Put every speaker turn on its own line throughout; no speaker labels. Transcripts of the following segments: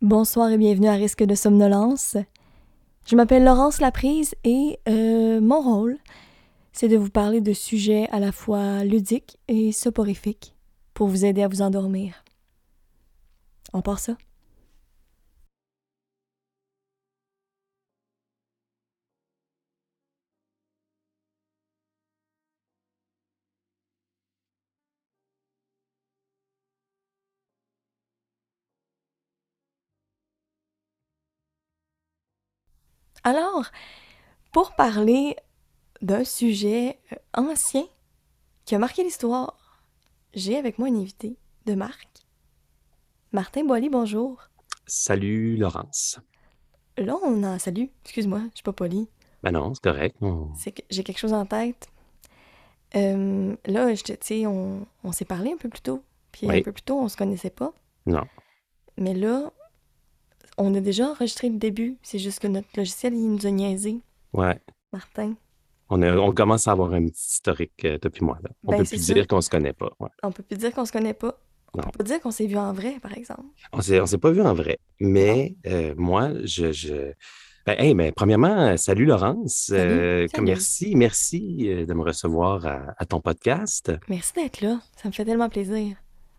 Bonsoir et bienvenue à Risque de somnolence. Je m'appelle Laurence Laprise et euh, mon rôle, c'est de vous parler de sujets à la fois ludiques et soporifiques pour vous aider à vous endormir. On part ça? Alors, pour parler d'un sujet euh, ancien qui a marqué l'histoire, j'ai avec moi une invitée de marque. Martin Boily, bonjour.
Salut Laurence.
Là, on a. Salut, excuse-moi, je suis pas polie.
Ben non, c'est correct. on-
C'est que j'ai quelque chose en tête. Euh, là, je te- tu sais, on, on s'est parlé un peu plus tôt. Puis
Oui.
un peu plus tôt, on se connaissait pas.
Non.
Mais là, on a déjà enregistré le début. C'est juste que notre logiciel, il nous a niaisé,
Ouais.
Martin.
On, est- on commence à avoir un petit historique, euh, toi puis moi. Là. On
Ben,
peut
c'est
plus
sûr.
dire qu'on se connaît pas. ouais.
On peut plus dire qu'on se connaît pas. On
Non.
peut pas dire qu'on s'est vu en vrai, par exemple.
On s'est, on s'est pas vu en vrai. Mais euh, moi, je. je... Ben, hey, ben, premièrement, euh, salut Laurence.
Salut.
Euh,
Salut.
Merci, merci euh, de me recevoir à, à ton podcast
Merci d'être là. Ça me fait tellement plaisir.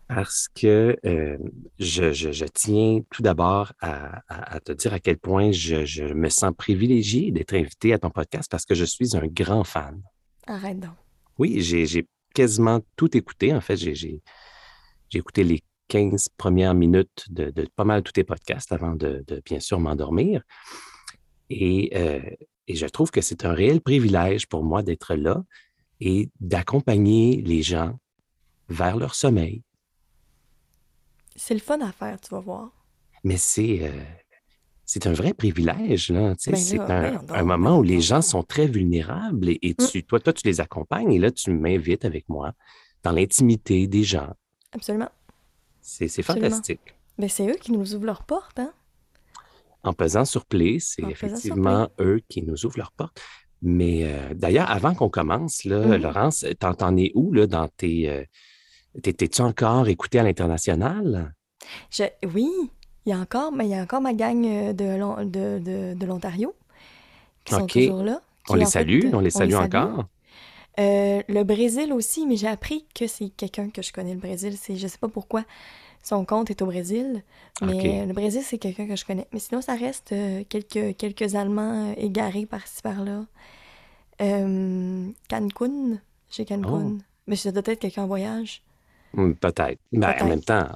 parce que euh, je, je- je tiens tout d'abord à, à- à te dire à quel point je, je me sens privilégié d'être invité à ton podcast parce que je suis un grand fan.
Arrête donc.
Oui, j'ai, j'ai quasiment tout écouté. En fait, j'ai, j'ai, j'ai écouté les 15 premières minutes de, de pas mal tous tes podcasts avant de, de bien sûr m'endormir. Et, euh, et je trouve que c'est un réel privilège pour moi d'être là et d'accompagner les gens vers leur sommeil.
C'est le fun à faire, tu vas voir.
Mais c'est, euh, c'est un vrai privilège, là. Tu sais,
Ben
c'est
là,
un,
voyons donc, ben
un moment où les
voyons
gens
donc. Mmh.
sont très vulnérables et, et tu, toi, toi, tu les accompagnes et là, tu m'invites avec moi dans l'intimité des gens.
Absolument.
C'est c'est
Absolument.
fantastique.
Mais c'est eux qui nous ouvrent leurs portes, hein?
En pesant sur Play, c'est
En pesant sur
effectivement eux qui nous ouvrent leurs portes. Mais euh, d'ailleurs, avant qu'on commence, là,
Mhm.
Laurence, t'en t'en es où là, dans tes. euh, t'es- T'es-tu encore écouté à l'international?
Je... Oui, il y a encore, mais il y a encore ma gang euh, de l'On- de, de- de l'Ontario qui sont
Ok.
toujours là. qui,
On les
en fait,
salue,
euh,
on les salue encore.
Euh, le Brésil aussi, mais j'ai appris que c'est quelqu'un que je connais, le Brésil. C'est, je sais pas pourquoi son compte est au Brésil, mais
Ok.
euh, le Brésil, c'est quelqu'un que je connais. Mais sinon, ça reste euh, quelques, quelques Allemands euh, égarés par-ci, par-là. Euh, Cancun, j'ai
Oh.
Cancun. Mais ça doit être quelqu'un en voyage.
Hum, Peut-être. Ben,
Peut-être.
en même temps,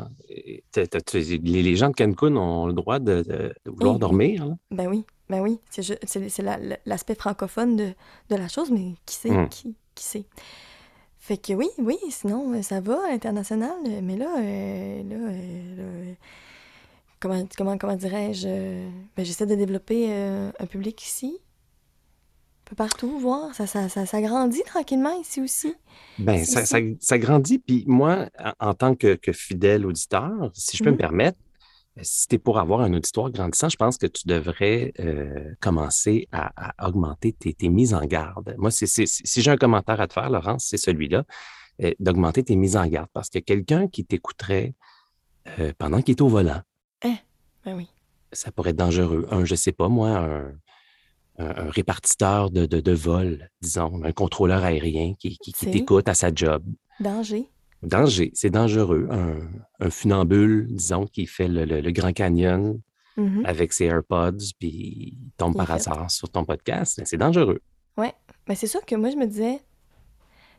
t'as- t'as- tu- les les gens de Cancun ont le droit de, de- de vouloir
Oui.
dormir. là.
Ben oui, ben oui. C'est, ju- c'est, c'est la- la- l'aspect francophone de, de la chose, mais qui sait,
Hmm.
qui, qui sait. Fait que oui, oui, sinon euh, ça va, international, euh, mais là, euh, là, euh, là, euh, comment, comment, comment dirais-je, euh, ben, j'essaie de développer euh, un public ici, un peu partout, voir, ça, ça, ça, ça grandit tranquillement ici aussi.
Ben,
C'est
ça,
ça.
ça, ça grandit. Puis moi, en, en tant que, que fidèle auditeur, si je peux
Mhm.
me permettre, euh, si tu es pour avoir un auditoire grandissant, je pense que tu devrais euh, commencer à, à augmenter tes, tes mises en garde. Moi, c'est, c'est- si j'ai un commentaire à te faire, Laurence, c'est celui-là, euh, d'augmenter tes mises en garde. Parce que quelqu'un qui t'écouterait euh, pendant qu'il est au volant,
Ben oui,
ça pourrait être dangereux. Un, je sais pas, moi, un, un- un répartiteur de, de, de vol, disons, un contrôleur aérien qui, qui- qui
C'est-
t'écoute à sa job.
danger,
Danger, c'est dangereux. Un, un funambule, disons, qui fait le, le- le Grand Canyon
Mhm.
avec ses AirPods, puis il tombe
Il
par
est fait.
hasard sur ton podcast, ben, c'est dangereux.
Mais c'est sûr que moi, je me disais,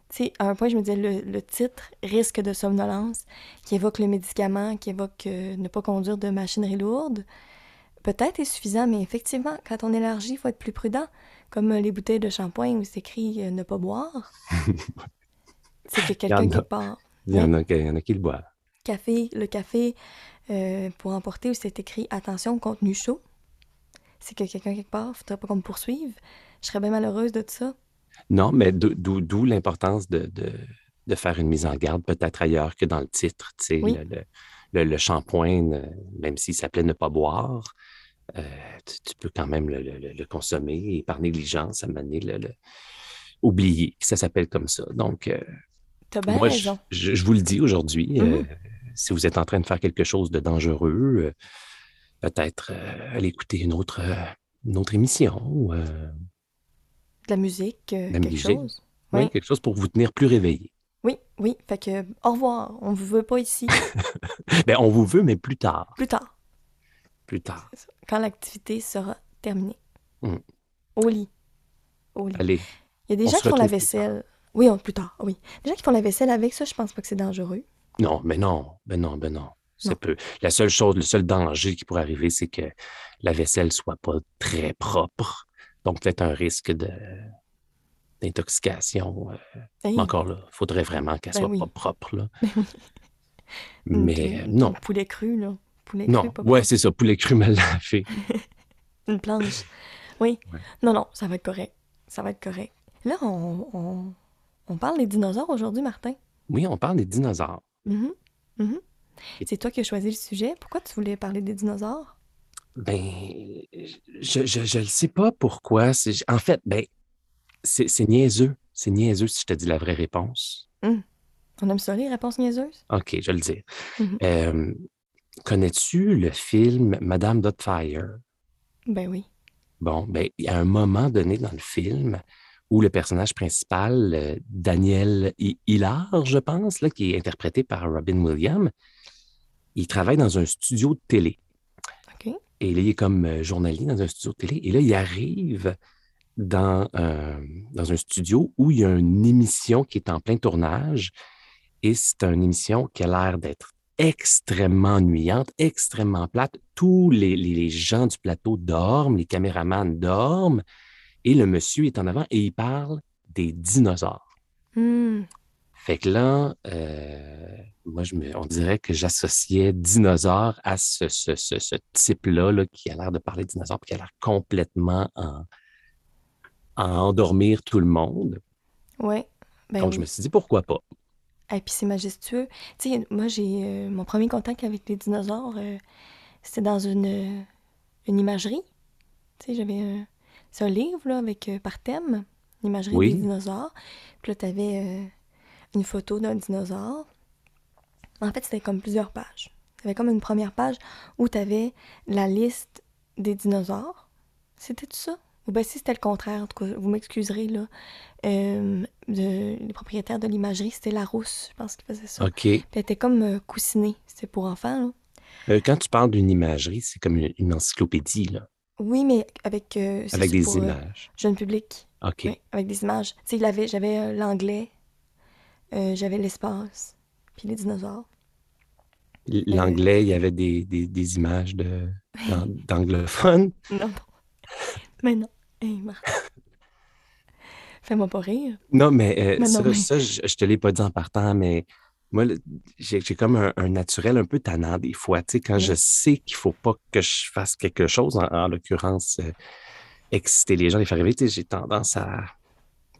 tu sais, à un point, je me disais, le, le titre risque de somnolence, qui évoque le médicament, qui évoque euh, ne pas conduire de machinerie lourde, peut-être est suffisant, mais effectivement, quand on élargit, il faut être plus prudent, comme euh, les bouteilles de shampoing où c'est écrit euh, ne pas boire. c'est que
Il y
quelqu'un
en a.
qui part.
Il y en a, qui- il y en a qui le boivent.
Café, le café euh, pour emporter où c'est écrit attention, contenu chaud. C'est que quelqu'un quelque part, faudrait pas qu'on me poursuive. Je serais bien malheureuse de tout ça.
Non, mais d'o- d'où d'où l'importance de, de, de faire une mise en garde, peut-être ailleurs que dans le titre. tu sais,
Oui.
Le, le, le- le shampoing, ne- même s'il s'appelait Ne pas boire, euh, tu, tu peux quand même le, le- le- le consommer et par négligence, à un moment donné, le, le- oublier que ça s'appelle comme ça. Donc, euh,
T'as bien
Moi, je,
raison.
je- je vous le dis aujourd'hui,
Mhm.
euh, si vous êtes en train de faire quelque chose de dangereux, euh, peut-être euh, aller écouter une autre, euh, une autre émission ou euh,
De la musique, euh,
La
quelque
musique.
chose.
oui,
Oui.
quelque chose pour vous tenir plus réveillé.
Oui, oui. Fait que, au revoir. On vous veut pas ici.
Ben, on vous veut, mais plus tard.
Plus tard,
Plus tard.
quand l'activité sera terminée.
Mm.
Au lit. Au lit.
Allez,
Il y a des
on
gens
se
qui font la
retrouve plus tard.
vaisselle. Oui, on- plus tard, oui. Des gens qui font la vaisselle avec ça, je pense pas que c'est dangereux.
Non, mais non, ben non, ben non.
Non.
Ça peut. La seule chose, le seul danger qui pourrait arriver, c'est que la vaisselle soit pas très propre. Donc, peut-être un risque de d'intoxication. euh,
Hey,
Mais encore là, faudrait vraiment qu'elle
Ben
soit
oui.
pas propre, là.
une-
Mais euh,
une-
non,
un poulet cru, là. Poulet cru,
non.
pas
Ouais, c'est ça, poulet cru mal lavé.
Une planche. Oui.
Ouais.
Non, non, ça va être correct. Ça va être correct. Là, on, on- on parle des dinosaures aujourd'hui, Martin.
Oui, on parle des dinosaures.
Mhm. Mhm. C'est toi qui as choisi le sujet. Pourquoi tu voulais parler des dinosaures?
Ben, je ne je, je le sais pas pourquoi. C'est- En fait, ben, c'est c'est niaiseux. C'est niaiseux si je te dis la vraie réponse.
On aime ça, les réponses niaiseuses?
OK, je vais le dire.
Mhm.
Euh, connais-tu le film Madame Dotfire?
Ben oui.
Bon, ben, il y a un moment donné dans le film où le personnage principal, euh, Daniel Hi- Hillard, je pense, là, qui est interprété par Robin Williams, il travaille dans un studio de télé.
OK.
Et là, il est comme euh, journalier dans un studio de télé. Et là, il arrive dans, euh, dans un studio où il y a une émission qui est en plein tournage. Et c'est une émission qui a l'air d'être extrêmement ennuyante, extrêmement plate. Tous les, les- les gens du plateau dorment, les caméramans dorment. Et le monsieur est en avant et il parle des dinosaures.
Hmm.
Fait que là, euh, moi, je me, on dirait que j'associais dinosaure à ce, ce- ce- ce type-là là, qui a l'air de parler de dinosaure, puis qui a l'air complètement en, à endormir tout le monde.
Ouais. Ben
Donc,
oui.
je me suis dit, pourquoi pas?
Et puis c'est majestueux. Tu sais, moi, j'ai euh, mon premier contact avec les dinosaures, euh, c'était dans une, euh, une imagerie. Tu sais, j'avais un, c'est un livre là, avec, euh, par thème, l'imagerie
Oui.
des dinosaures. Puis là, tu avais une photo d'un dinosaure. En fait, c'était comme plusieurs pages. Tu comme une première page où tu avais la liste des dinosaures. C'était tout ça? Ou bien si c'était le contraire, en tout cas, vous m'excuserez, là. Euh, de, les propriétaires de l'imagerie, c'était Larousse, je pense, qui faisait ça.
OK.
Puis elle était comme euh, coussinée, c'était pour enfants, là.
Euh, quand tu parles d'une imagerie, c'est comme une, une encyclopédie, là,
Oui, mais avec... euh, c'est
avec
ça,
des
pour, euh,
images.
jeune public,
OK.
oui, avec des images. Tu sais, il avait- j'avais euh, l'anglais, euh, j'avais l'espace, puis les dinosaures. Euh.
L- L'anglais, il y avait des, des- des images de, d'an- d'anglophones.
Non, non. Mais non. Hey, Martin. Fais-moi pas rire.
Non, mais euh,
Mais non,
ça,
mais-
ça, je, je te l'ai pas dit en partant, mais moi, le- j'ai j'ai comme un, un naturel un peu tannant des fois. Tu sais, quand je
Oui.
sais qu'il faut pas que je fasse quelque chose, en, en l'occurrence, euh, exciter les gens, les faire rêver, tu sais, j'ai tendance à.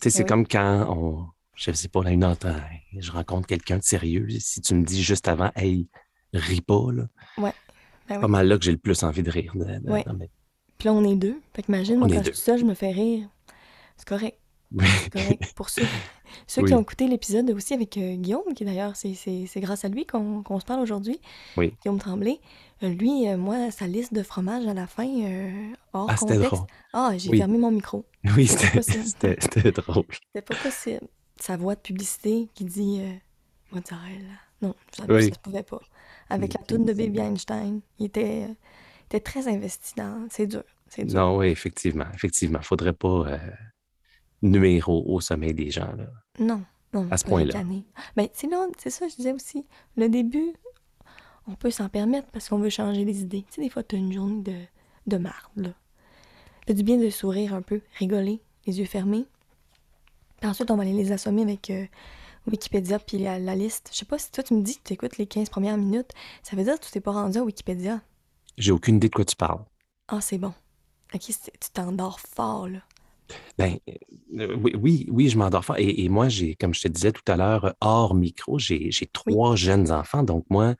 Tu sais, c'est
Oui.
comme quand on. Je sais pas, on a une entente, je rencontre quelqu'un de sérieux. Si tu me dis juste avant, hey, ris pas, là.
Ouais. Ben oui.
Pas mal là que j'ai le plus envie de rire. de- de-
Ouais.
dans mes-
Puis là, on est deux. Fait qu'imagine, moi,
On est
quand je
deux.
suis seule, je me fais rire. C'est correct. C'est correct. Pour ceux, ceux
Oui.
qui ont écouté l'épisode aussi avec euh, Guillaume, qui d'ailleurs, c'est, c'est- c'est grâce à lui qu'on, qu'on se parle aujourd'hui.
Oui.
Guillaume Tremblay. Euh, lui, euh, moi, sa liste de fromages à la fin, euh, hors
Ah, c'était
contexte.
drôle.
Ah, j'ai
Oui.
fermé mon micro.
Oui,
C'est pas
c'était-
possible.
c'était c'était drôle.
C'était pas possible. Sa voix de publicité qui dit euh, Mozzarella. Non, ça,
Oui. Mm,
ça se pouvait pas. Avec la toune de Baby Einstein, il était, euh, il était très investi dans. C'est dur. C'est dur.
Non, oui, effectivement. Effectivement. Faudrait pas euh, nuire au, au sommeil des gens. Là.
Non, non.
À ce
pas
point-là.
ricaner. Ben, tu sais, là, c'est ça, je disais aussi. Le début, on peut s'en permettre parce qu'on veut changer les idées. Tu sais, des fois, t'as une journée de, de marde, là. Fait du bien de sourire un peu, rigoler, les yeux fermés. Puis ensuite, on va aller les assommer avec euh, Wikipédia puis la, la liste. Je sais pas si toi, tu me dis que tu écoutes les 15 premières minutes. Ça veut dire que tu t'es pas rendu à Wikipédia.
J'ai aucune idée de quoi tu parles.
Ah, c'est bon. Ok, c'est- tu t'endors fort, là.
Ben, euh, oui, oui, oui, je m'endors fort. Et, et moi, j'ai, comme je te disais tout à l'heure, euh, hors micro, j'ai, j'ai trois jeunes enfants. Donc, moi,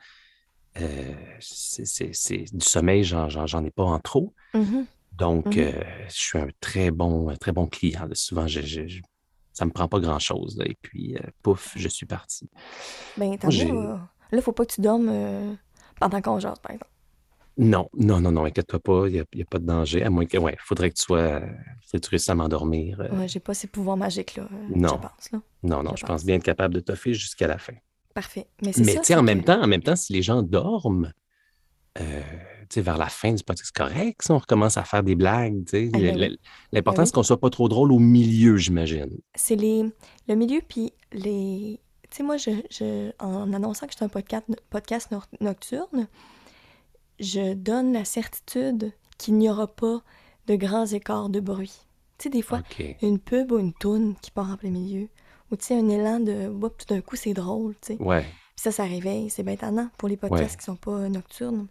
euh, c'est, c'est- c'est- du sommeil, j'en, j'en, j'en ai pas en trop.
Mhm.
Donc,
Mhm.
euh, je suis un très bon, un très bon client. Souvent, je, je- je- ça me prend pas grand-chose. là. Et puis, euh, pouf, je suis parti.
Ben, t'as
Moi, j'ai-
là, faut pas que tu dormes euh, pendant qu'on jase, par exemple.
Non, non, non, non, inquiète-toi pas, il n'y a, y a pas de danger. À moins que, ouais, faudrait que tu sois, euh, faudrait que tu réussisses à m'endormir. Euh,
Ouais, j'ai pas ces pouvoirs magiques, là, euh,
Non.
je pense. Là.
non, non,
je
je
pense.
pense bien être capable de toffer jusqu'à la fin.
Parfait. Mais c'est
Mais
ça,
tu sais, en
c'est
même
que-
temps, en même temps, si les gens dorment, euh, tu sais, vers la fin du podcast, c'est correct. Si on recommence à faire des blagues, tu sais,
Ah, ben
Le- le- l'important,
Ben oui.
c'est qu'on soit pas trop drôle au milieu, j'imagine.
C'est les... le milieu, puis les... Tu sais, moi, je, je- en annonçant que j'étais un podcast, podcast noc- nocturne, je donne la certitude qu'il n'y aura pas de grands écarts de bruit. Tu sais, des fois,
OK.
une pub ou une toune qui part en plein milieu, ou tu sais, un élan de... Oups, tout d'un coup, c'est drôle, tu sais.
Ouais.
Puis ça, ça réveille, c'est bien tannant pour les podcasts
Ouais.
qui sont pas nocturnes.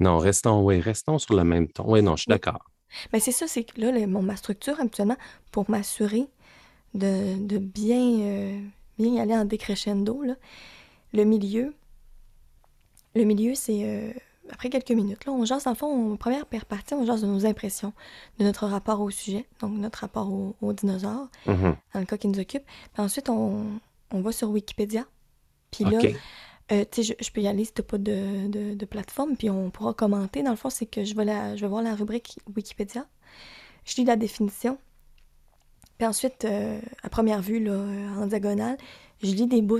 Non, restons, ouais, restons sur le même ton. Oui, non, je suis
Oui.
d'accord.
Mais Ben, c'est ça, c'est que là, le- mon, ma structure, habituellement, pour m'assurer de, de bien, euh, bien aller en décrescendo, là, le milieu, le milieu, c'est euh, après quelques minutes. Là, on jase, en fond, on, première paire partie, on jase de nos impressions, de notre rapport au sujet, donc notre rapport au- aux dinosaures,
Mhm.
dans le cas qui nous occupe. Puis ensuite, on, on va sur Wikipédia. Puis là,
OK. Ben,
euh, tu sais, je, je peux y aller si t'as pas de, de- de plateforme, puis on pourra commenter. Dans le fond, c'est que je vais, la- je vais voir la rubrique Wikipédia. Je lis la définition. Puis ensuite, euh, à première vue, là, euh, en diagonale, je lis des bouts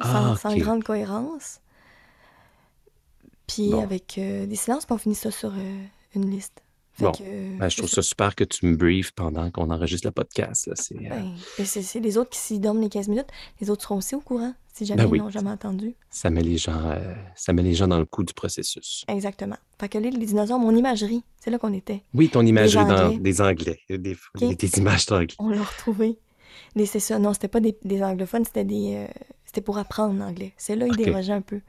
sans,
Ah,
sans
ok.
grande cohérence. Puis
Bon.
avec euh, des silences, puis on finit ça sur euh, une liste. Fait
Bon.
que, euh,
Ben, je
c'est
trouve
ça.
ça super que tu me briefes pendant qu'on enregistre le podcast. là. C'est, euh,
Ben, ben, c'est c'est les autres qui s'y dorment les 15 minutes. Les autres seront aussi au courant, si jamais
Ben
ils
oui.
n'ont jamais entendu.
ça, met les gens, euh, ça met les gens dans le coup du processus.
Exactement. Fait que là, les dinosaures, mon imagerie, c'est là qu'on était.
Oui, ton imagerie dans
Anglais.
des Anglais, des,
Ok.
des images d'anglais.
On l'a retrouvé. Mais c'est ça. Non, c'était pas des, des anglophones, c'était des. euh, c'était pour apprendre l'anglais. C'est là, il
Ok.
dérogeait un peu.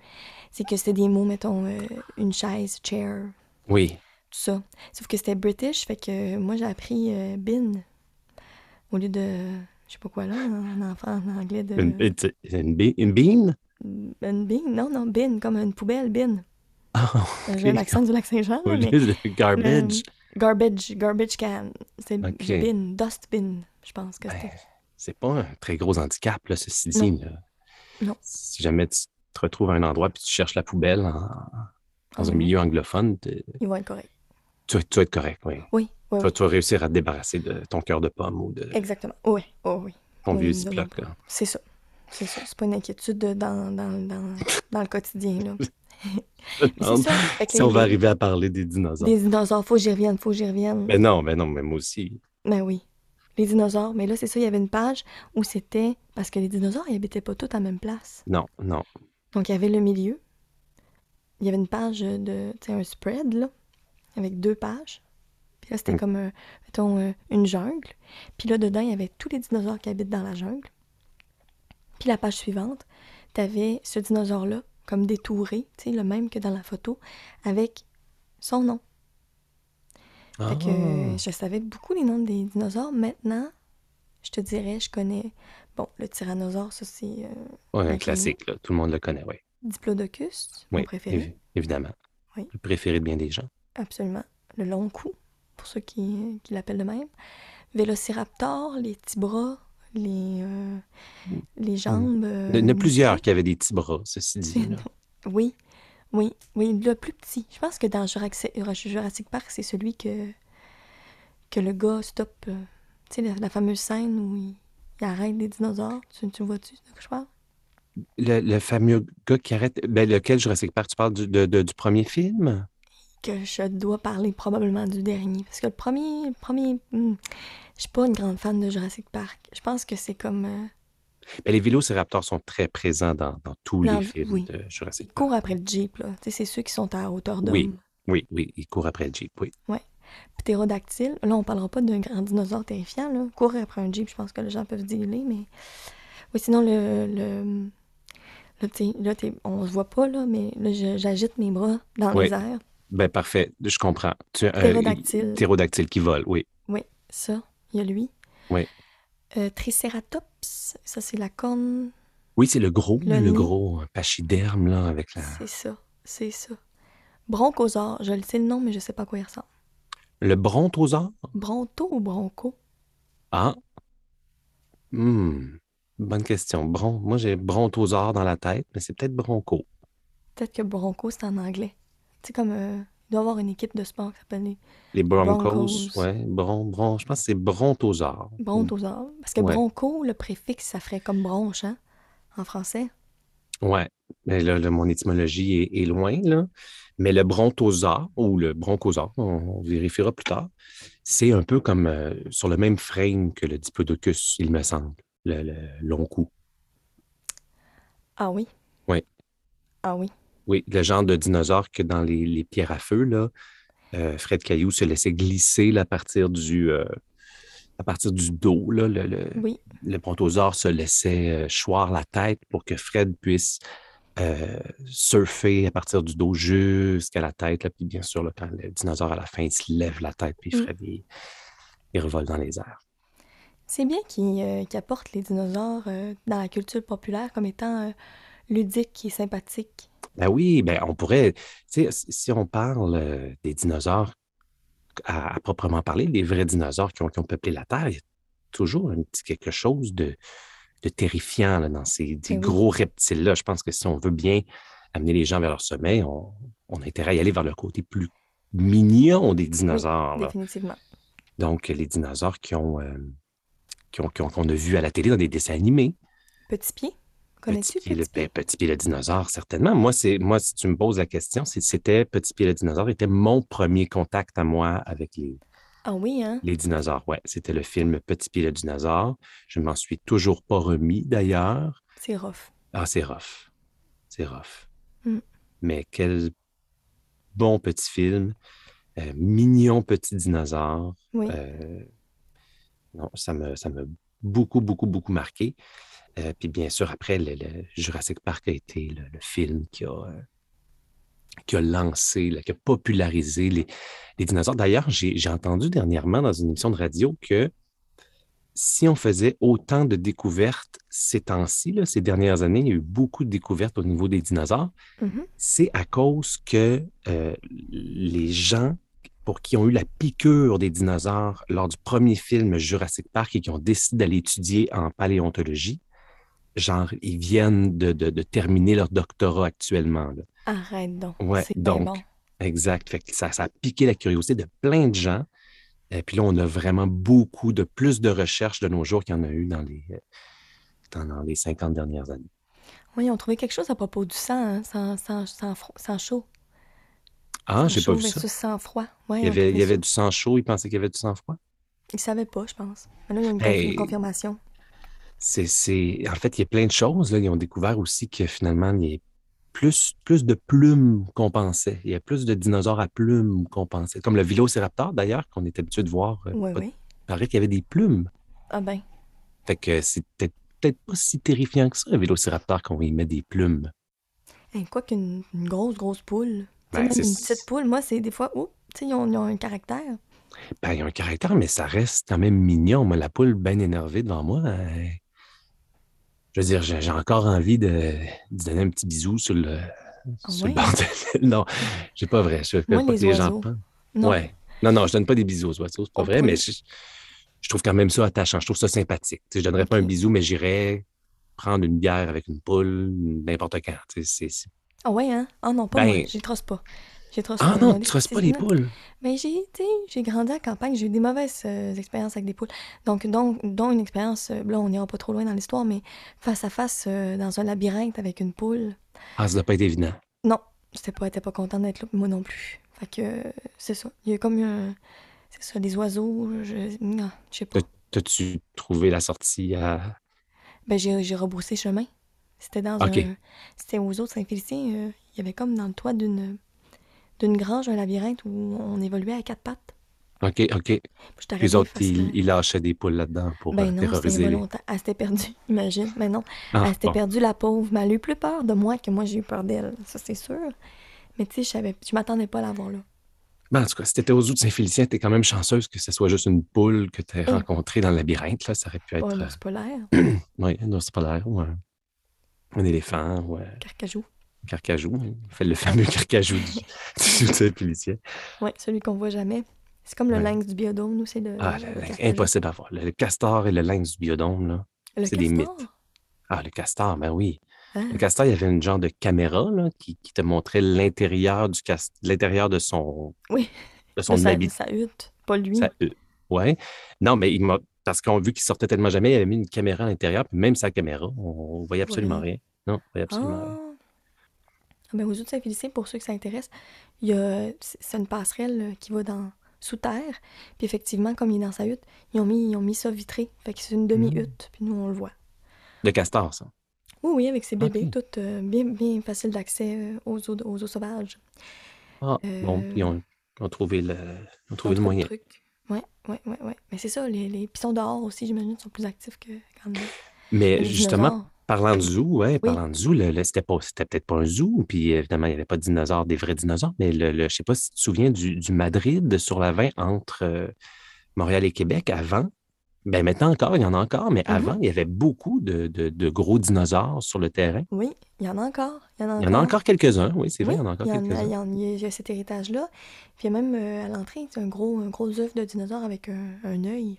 C'est que c'était des mots, mettons, euh, une chaise, chair,
Oui.
tout ça. Sauf que c'était british, fait que moi, j'ai appris euh, bin au lieu de. Je sais pas quoi là, en, en, en anglais de.
Une, une, une bi- une bean?
Une bin? Non, non, bin, comme une poubelle, bin.
Ah,
J'ai
Ok.
l'accent du Lac-Saint-Jean,
au
là, mais. Euh.
lieu de garbage.
Garbage, garbage can. C'est
Ok.
bin, dust bin, je pense que c'était.
Ben, c'est pas un très gros handicap, là, ceci dit. là.
Non.
Si jamais tu te retrouves à un endroit puis tu cherches la poubelle en- dans un
Mhm.
milieu anglophone, t'es-
Ils vont être corrects.
tu, vas- tu vas être correct, oui.
Oui, oui,
Tu vas, tu vas réussir à te débarrasser de ton cœur de pomme ou de
exactement. Oui, oh, oui.
ton
oui,
vieux
nous
ziploc. là.
C'est ça. C'est ça. C'est pas une inquiétude de- dans, dans, dans, dans le quotidien. Là. Mais
Je me
c'est
demande
ça. Fait que
Si on
les-
va arriver à parler des dinosaures.
Les dinosaures, faut que j'y revienne, faut que j'y revienne.
Mais non, mais non, mais moi aussi.
Ben oui. Les dinosaures. Mais là, c'est ça, il y avait une page où c'était. Parce que les dinosaures, ils habitaient pas tous à la même place.
Non, non.
Donc, il y avait le milieu. Il y avait une page de. Tu sais, un spread, là, avec deux pages. Puis là, c'était
Mm.
comme, un- mettons, euh, une jungle. Puis là, dedans, il y avait tous les dinosaures qui habitent dans la jungle. Puis la page suivante, tu avais ce dinosaure-là, comme détouré, tu sais, le même que dans la photo, avec son nom. Fait que
Ah.
euh, je savais beaucoup les noms des dinosaures. Maintenant, je te dirais, je connais. Bon, le tyrannosaure, ça, c'est euh,
Ah, ouais, un
Inconnu.
classique, là. tout le monde le connaît, oui.
Diplodocus, mon
Oui,
préféré.
évi- évidemment.
Oui.
Le préféré de bien des gens.
Absolument. Le long cou, pour ceux qui, qui l'appellent de même. Vélociraptor, les petits bras, les, euh, les jambes. euh,
Ah, Il y en a plusieurs
musclées.
qui avaient des petits bras, ceci dit. là.
Oui, oui, oui, le plus petit. Je pense que dans Jurassic, Jurassic Park, c'est celui que, que le gars stoppe. euh, Tu sais, la, la fameuse scène où il, il arrête les dinosaures. Tu, tu vois-tu de quoi je parle?
Le, le fameux gars qui arrête. Ben, lequel Jurassic Park? Tu parles du, de- de- du premier film?
Que je dois parler probablement du dernier. Parce que le premier. Le premier hmm, je suis pas une grande fan de Jurassic Park. Je pense que c'est comme. euh,
Ben, les vélociraptors sont très présents dans, dans tous
Dans-
les films
oui.
de Jurassic
Ils
Park.
courent après le Jeep, là. Tu sais, c'est ceux qui sont à hauteur d'homme.
Oui. Oui, oui, ils courent après le Jeep, oui.
Ptérodactyle. Là, on parlera pas d'un grand dinosaure terrifiant, là. Courir après un Jeep, je pense que les gens peuvent dégueuler, mais... Oui, sinon, le... le... Là, t'es- là, t'es- on se voit pas, là, mais là, je- j'agite mes bras dans
Oui.
les airs.
Ben, parfait, je comprends. Tu, euh,
Ptérodactyle.
ptérodactyle qui vole, oui.
Oui, ça, il y a lui.
Oui.
Euh, Triceratops, ça, c'est la corne.
Oui, c'est le gros,
Le
le,
nid.
gros euh, pachyderme, là, avec la...
C'est ça, c'est ça. Bronchosaure, je le sais le nom, mais je sais pas à quoi il ressemble.
Le brontosaure?
Bronto ou bronco?
Ah. Hmm. Bonne question. Bron... Moi, j'ai brontosaure dans la tête, mais c'est peut-être bronco.
Peut-être que bronco, c'est en anglais. C'est comme... euh, Il doit y avoir une équipe de sport qui s'appelle les
Les Broncos,
Broncos.
ouais, Bron, Bron, je pense que c'est Brontosaure.
brontosaures. Parce que
Mm. Ouais.
bronco, le préfixe, ça ferait comme bronche, hein, en français.
Ouais, mais là, là, mon étymologie est, est loin, là. Mais le brontosaure ou le bronchosaure, on, on vérifiera plus tard, c'est un peu comme euh, sur le même frame que le diplodocus, il me semble, le, le long cou.
Ah oui?
Ouais.
Ah oui.
Oui, le genre de dinosaure que dans les, les pierres à feu, là, euh, Fred Caillou se laissait glisser là, à partir du, euh, à partir du dos. Là, le, le-
Oui.
le brontosaure se laissait euh, choir la tête pour que Fred puisse euh, surfer à partir du dos jusqu'à la tête. là. Puis bien sûr, là, quand le dinosaure à la fin, il se lève la tête, puis
Mm.
Fred, il, il revole dans les airs.
C'est bien qu'ils euh, qu'ils apportent les dinosaures euh, dans la culture populaire comme étant euh, ludiques et sympathiques.
Ben oui, ben on pourrait, tu sais, si si on parle euh, des dinosaures à, à proprement parler, les vrais dinosaures qui ont, qui ont peuplé la Terre, il y a toujours un petit quelque chose de, de terrifiant là, dans ces des
Ben oui.
gros reptiles-là. Je pense que si on veut bien amener les gens vers leur sommeil, on, on a intérêt à y aller vers le côté plus mignon des dinosaures. là.
Définitivement.
Donc, les dinosaures qui ont, euh, qui ont, qui ont- qu'on a vus à la télé dans des dessins animés.
Petit pied? Connais-tu
Petit Pied, le,
Petit pied?
ben, Petit Pied le dinosaure, certainement. Moi, c'est, moi, si tu me poses la question, c'est- c'était Petit Pied le dinosaure, était mon premier contact à moi avec les,
Ah oui, hein?
les dinosaures. Ouais, c'était le film Petit Pied le dinosaure. Je m'en suis toujours pas remis d'ailleurs.
C'est rough.
Ah, c'est rough. C'est rough.
Mm.
Mais quel bon petit film. Euh, mignon petit dinosaure.
Oui.
Euh, non, ça me, ça m'a beaucoup, beaucoup, beaucoup marqué. Euh, puis bien sûr, après, le, le Jurassic Park a été le, le film qui a, euh, qui a lancé, là, qui a popularisé les, les dinosaures. D'ailleurs, j'ai, j'ai entendu dernièrement dans une émission de radio que si on faisait autant de découvertes ces temps-ci, là, ces dernières années, il y a eu beaucoup de découvertes au niveau des dinosaures
Mhm.
c'est à cause que euh, les gens pour qui ont eu la piqûre des dinosaures lors du premier film Jurassic Park et qui ont décidé d'aller étudier en paléontologie, genre, ils viennent de, de- de terminer leur doctorat actuellement. là.
Arrête donc.
Ouais,
c'est bien
donc,
bon.
exact. Fait que ça, ça a piqué la curiosité de plein de gens. Et puis là, on a vraiment beaucoup de plus de recherches de nos jours qu'il y en a eu dans les, euh, dans- dans les 50 dernières années.
Oui, on trouvait quelque chose à propos du sang, hein, sans, sans, sans, fro- sans chaud.
Ah,
Sans
j'ai
chaud
pas vu ça.
versus sans froid. Ouais,
Il y
on
avait, il y
trouvait
avait
ça.
du sang chaud, ils pensaient qu'il y avait du sang froid.
Ils savaient pas, je pense. Mais là, il y a une, conf-
Hey.
une confirmation.
C'est, c'est... En fait, il y a plein de choses. Là. Ils ont découvert aussi que finalement, il y a plus, plus de plumes qu'on pensait. Il y a plus de dinosaures à plumes qu'on pensait. Comme le Vélociraptor, d'ailleurs, qu'on est habitué de voir. euh,
Oui,
pas-
oui.
Il paraît qu'il y avait des plumes.
Ah ben,
Fait que c'était peut-être pas si terrifiant que ça, le Vélociraptor, qu'on y met des plumes.
hey, quoi qu'une une grosse, grosse poule. Tu sais,
Ben,
même
c'est-
une petite poule, moi, c'est des fois, oups, tu sais, ils ont, ils ont un caractère.
Ben, il y a un caractère, mais ça reste quand même mignon. Moi, la poule bien énervée devant moi, euh, je veux dire, j'ai j'ai encore envie de, de donner un petit bisou sur le, sur le
ouais?
bord de l'île. Non, c'est pas vrai. Je veux
Moi,
pas
les
que les gens
oiseaux.
pensent.
Non,
Ouais. Non, non, je donne pas des bisous aux oiseaux, c'est pas
On
vrai,
pourrait-
mais je, je trouve quand même ça attachant. Je trouve ça sympathique. Tu sais, je donnerais pas un
Ok.
bisou, mais j'irais prendre une bière avec une poule n'importe quand. Tu sais, c'est- c'est-
Ah ouais, hein? Ah non, pas
Ben-
moi. J'y trosse pas. J'y trosse
Ah
pas.
non,
Ils ont
tu
des
trosses
petits
pas les
animaux.
poules.
Mais j'ai, tu sais, j'ai grandi en campagne, j'ai eu des mauvaises euh, expériences avec des poules. Donc, dont, dont une expérience, euh, là, on n'ira pas trop loin dans l'histoire, mais face à face euh, dans un labyrinthe avec une poule.
Ah, ça doit pas être évident.
Non, j'étais pas, j'étais pas contente d'être là, puis moi non plus. Fait que, euh, c'est ça. Il y a eu comme un. C'est ça, des oiseaux, je, non, je
Euh.
sais pas.
T'as-tu trouvé la sortie à.
Ben, j'ai, j'ai rebroussé chemin. C'était dans
Ok.
un. C'était aux autres Saint-Félicien. euh, il y avait comme dans le toit d'une, d'une grange, un labyrinthe où on évoluait à quatre pattes.
OK, OK.
Je t'arrête
Les
bien
autres,
face là.
ils, ils lâchaient des poules là-dedans pour euh,
Ben non, c'était
terroriser les.
involontaire. Elle s'était perdue, imagine. Mais non,
Ah,
elle s'était
bon.
perdue, la pauvre. Mais elle a eu plus peur de moi que moi, j'ai eu peur d'elle. Ça, c'est sûr. Mais tu sais, je savais- je m'attendais pas à la voir là.
Ben, en tout cas, si t'étais aux zoo de Saint-Félicien, t'es quand même chanceuse que ce soit juste une poule que t'aies
Oh.
rencontrée dans le labyrinthe. Là. Ça aurait pu être.
Oh,
euh,
l'ours polaire,
Oui, un ours polaire ou un, un éléphant ou un
carcajou.
carcajou. hein. On fait le fameux carcajou du, du Saint-Félicien.
Oui, celui qu'on voit jamais. C'est comme le
Ouais.
lynx du biodôme, nous, c'est le.
Ah,
le
le- le-
carcajou.
impossible à voir. Le, le castor et le lynx du biodôme, là.
Le
c'est des
castor? Hein?
mythes. Ah, le castor, ben oui. Le castor, il y avait une genre de caméra là, qui, qui te montrait l'intérieur du cas- l'intérieur de son,
Oui.
de son
De sa,
habit-
sa hutte, pas lui. Ah!
sa- euh, ouais. Non, mais il m'a- parce qu'on vu qu'il sortait tellement jamais, il avait mis une caméra à l'intérieur, puis même sa caméra, on, ne voyait absolument
Voilà.
rien. Non, on voyait absolument rien.
Ah! Ah ben, aux de Saint-Félicien, pour ceux que ça intéresse, il y a, c'est c'est une passerelle euh, qui va dans sous terre. Puis effectivement, comme il est dans sa hutte, ils ont mis, ils ont mis ça vitré. Fait que
Mmh.
c'est une demi-hutte, puis nous, on le voit.
Le castor, ça.
Oui, oui, avec ses bébés,
Ok.
tout euh, bien, bien facile d'accès euh, aux eaux, aux eaux sauvages.
Ah,
Euh,
bon, ils ont, ils ont trouvé le, ils ont trouvé
Entre autres
le moyen.
trucs. Ouais, ouais, ouais, ouais. Mais c'est ça, les, les pissons dehors aussi, j'imagine, sont plus actifs que quand nous.
Mais
Les
justement,
dinosaures.
Parlant de zoo, ouais, parlant de zoo, le- le- c'était pas, c'était peut-être pas un zoo, puis évidemment, il n'y avait pas de dinosaures, des vrais dinosaures, mais le, le- je sais pas si tu te souviens du, du Madrid sur la 20 entre euh, Montréal et Québec avant. Ben maintenant encore, il y en a encore, mais
Mhm.
avant, il y avait beaucoup de, de- de gros dinosaures sur le terrain.
Oui, il y en a encore. Il y en a
Il
encore.
y en a encore quelques-uns, oui, c'est vrai,
Oui,
il y en a encore
il y en a, il
quelques-uns.
y en- il y a- il y a cet héritage-là. Puis il y a même euh, à l'entrée, c'est un gros, un gros œuf de dinosaure avec un, un œil.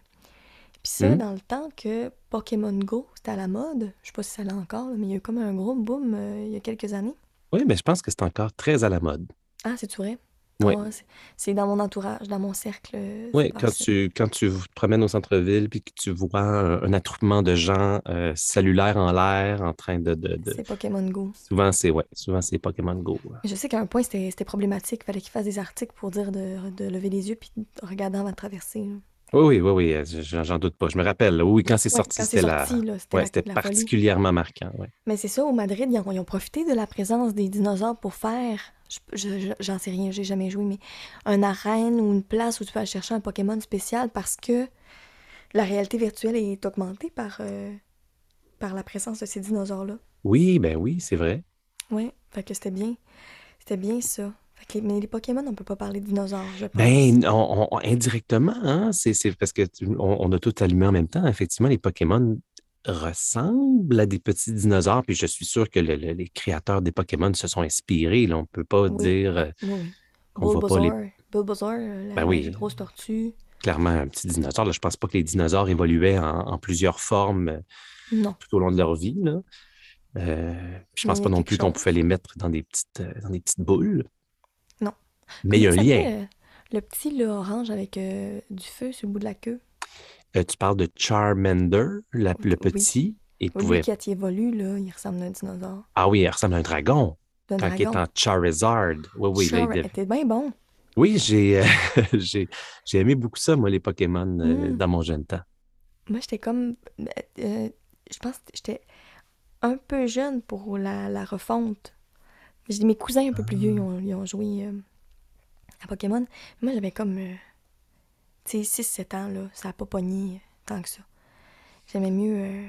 Puis ça,
Mhm.
dans le temps que Pokémon Go, c'était à la mode, je sais pas si ça l'est encore, là, mais il y a eu comme un gros boom euh, il y a quelques années.
Oui, mais je pense que c'est encore très à la mode.
Ah, c'est vrai?
Oui,
Ah, c'est- c'est dans mon entourage, dans mon cercle. euh, ça
oui quand,
passe.
tu, quand tu te promènes au centre-ville puis que tu vois un, un attroupement de gens euh, cellulaires en l'air en train de, de- de-
C'est Pokémon Go.
Souvent, c'est ouais, souvent c'est Pokémon Go. hein. ouais.
Mais Je sais qu'à un point, c'était c'était problématique. Il fallait qu'ils fassent des articles pour dire de, de lever les yeux puis de regarder avant de traverser. là.
Oui, oui, oui, oui, euh, j'en j'en doute pas. Je me rappelle. là, Oui, quand c'est
Ouais,
sorti,
quand c'est
c'était la...
sorti, là, c'était
ouais,
la-
c'était
la, folie.
particulièrement marquant. ouais.
Mais c'est ça, au Madrid, ils ont, ils ont profité de la présence des dinosaures pour faire, je- je- je- j'en sais rien, j'ai jamais joué, mais un arène ou une place où tu peux aller chercher un Pokémon spécial parce que la réalité virtuelle est augmentée par, euh, par la présence de ces dinosaures-là.
Oui, ben oui, c'est vrai.
Ouais, fait que c'était bien, c'était bien ça. Fait que les- mais les Pokémon, on peut pas parler de dinosaures, je pense.
Ben, on- on- indirectement, hein, c'est c'est parce que tu- on, on a tout allumé en même temps. Effectivement, les Pokémon ressemblent à des petits dinosaures, puis je suis sûr que le- le- les créateurs des Pokémon se sont inspirés. Là, on peut pas
Oui.
dire euh,
Oui, oui.
qu'on va pas les.
Bulbasaur, Bulbasaur, euh, la,
Ben
la
oui,
grosse tortue.
clairement, un petit dinosaure. Là, je pense pas que les dinosaures évoluaient en, en plusieurs formes euh,
Non,
tout au long de leur vie, là. Euh, puis je
mais
pense
il y
pas
a
non
quelque
plus qu'on
chose.
pouvait les mettre dans des petites, euh, dans des petites boules.
Non.
Mais il y
Comment
a un
il
lien.
s'appelait euh, le petit là, orange avec euh, du feu sur le bout de la queue?
Euh, tu parles de Charmander, la- le
Oui.
petit. Il
Oui, lui
pouvait.
qui a évolue, là, il ressemble à un dinosaure.
Ah oui, il ressemble à un dragon
D'un
quand il est
dragon.
en Charizard. Oui, oui, là, il
Sure,
dev-
était bien bon.
oui j'ai euh, j'ai j'ai aimé beaucoup ça, moi, les Pokémon euh,
Mm.
dans mon jeune temps.
Moi, j'étais comme. euh, euh, je pense que j'étais un peu jeune pour la, la refonte. J'ai mes cousins un peu plus vieux,
Ah.
ils ont, ils ont joué euh, à Pokémon. Moi, j'avais comme. euh, tu sais, 6-7 ans, là. Ça a pas pogné tant que ça. J'aimais mieux euh,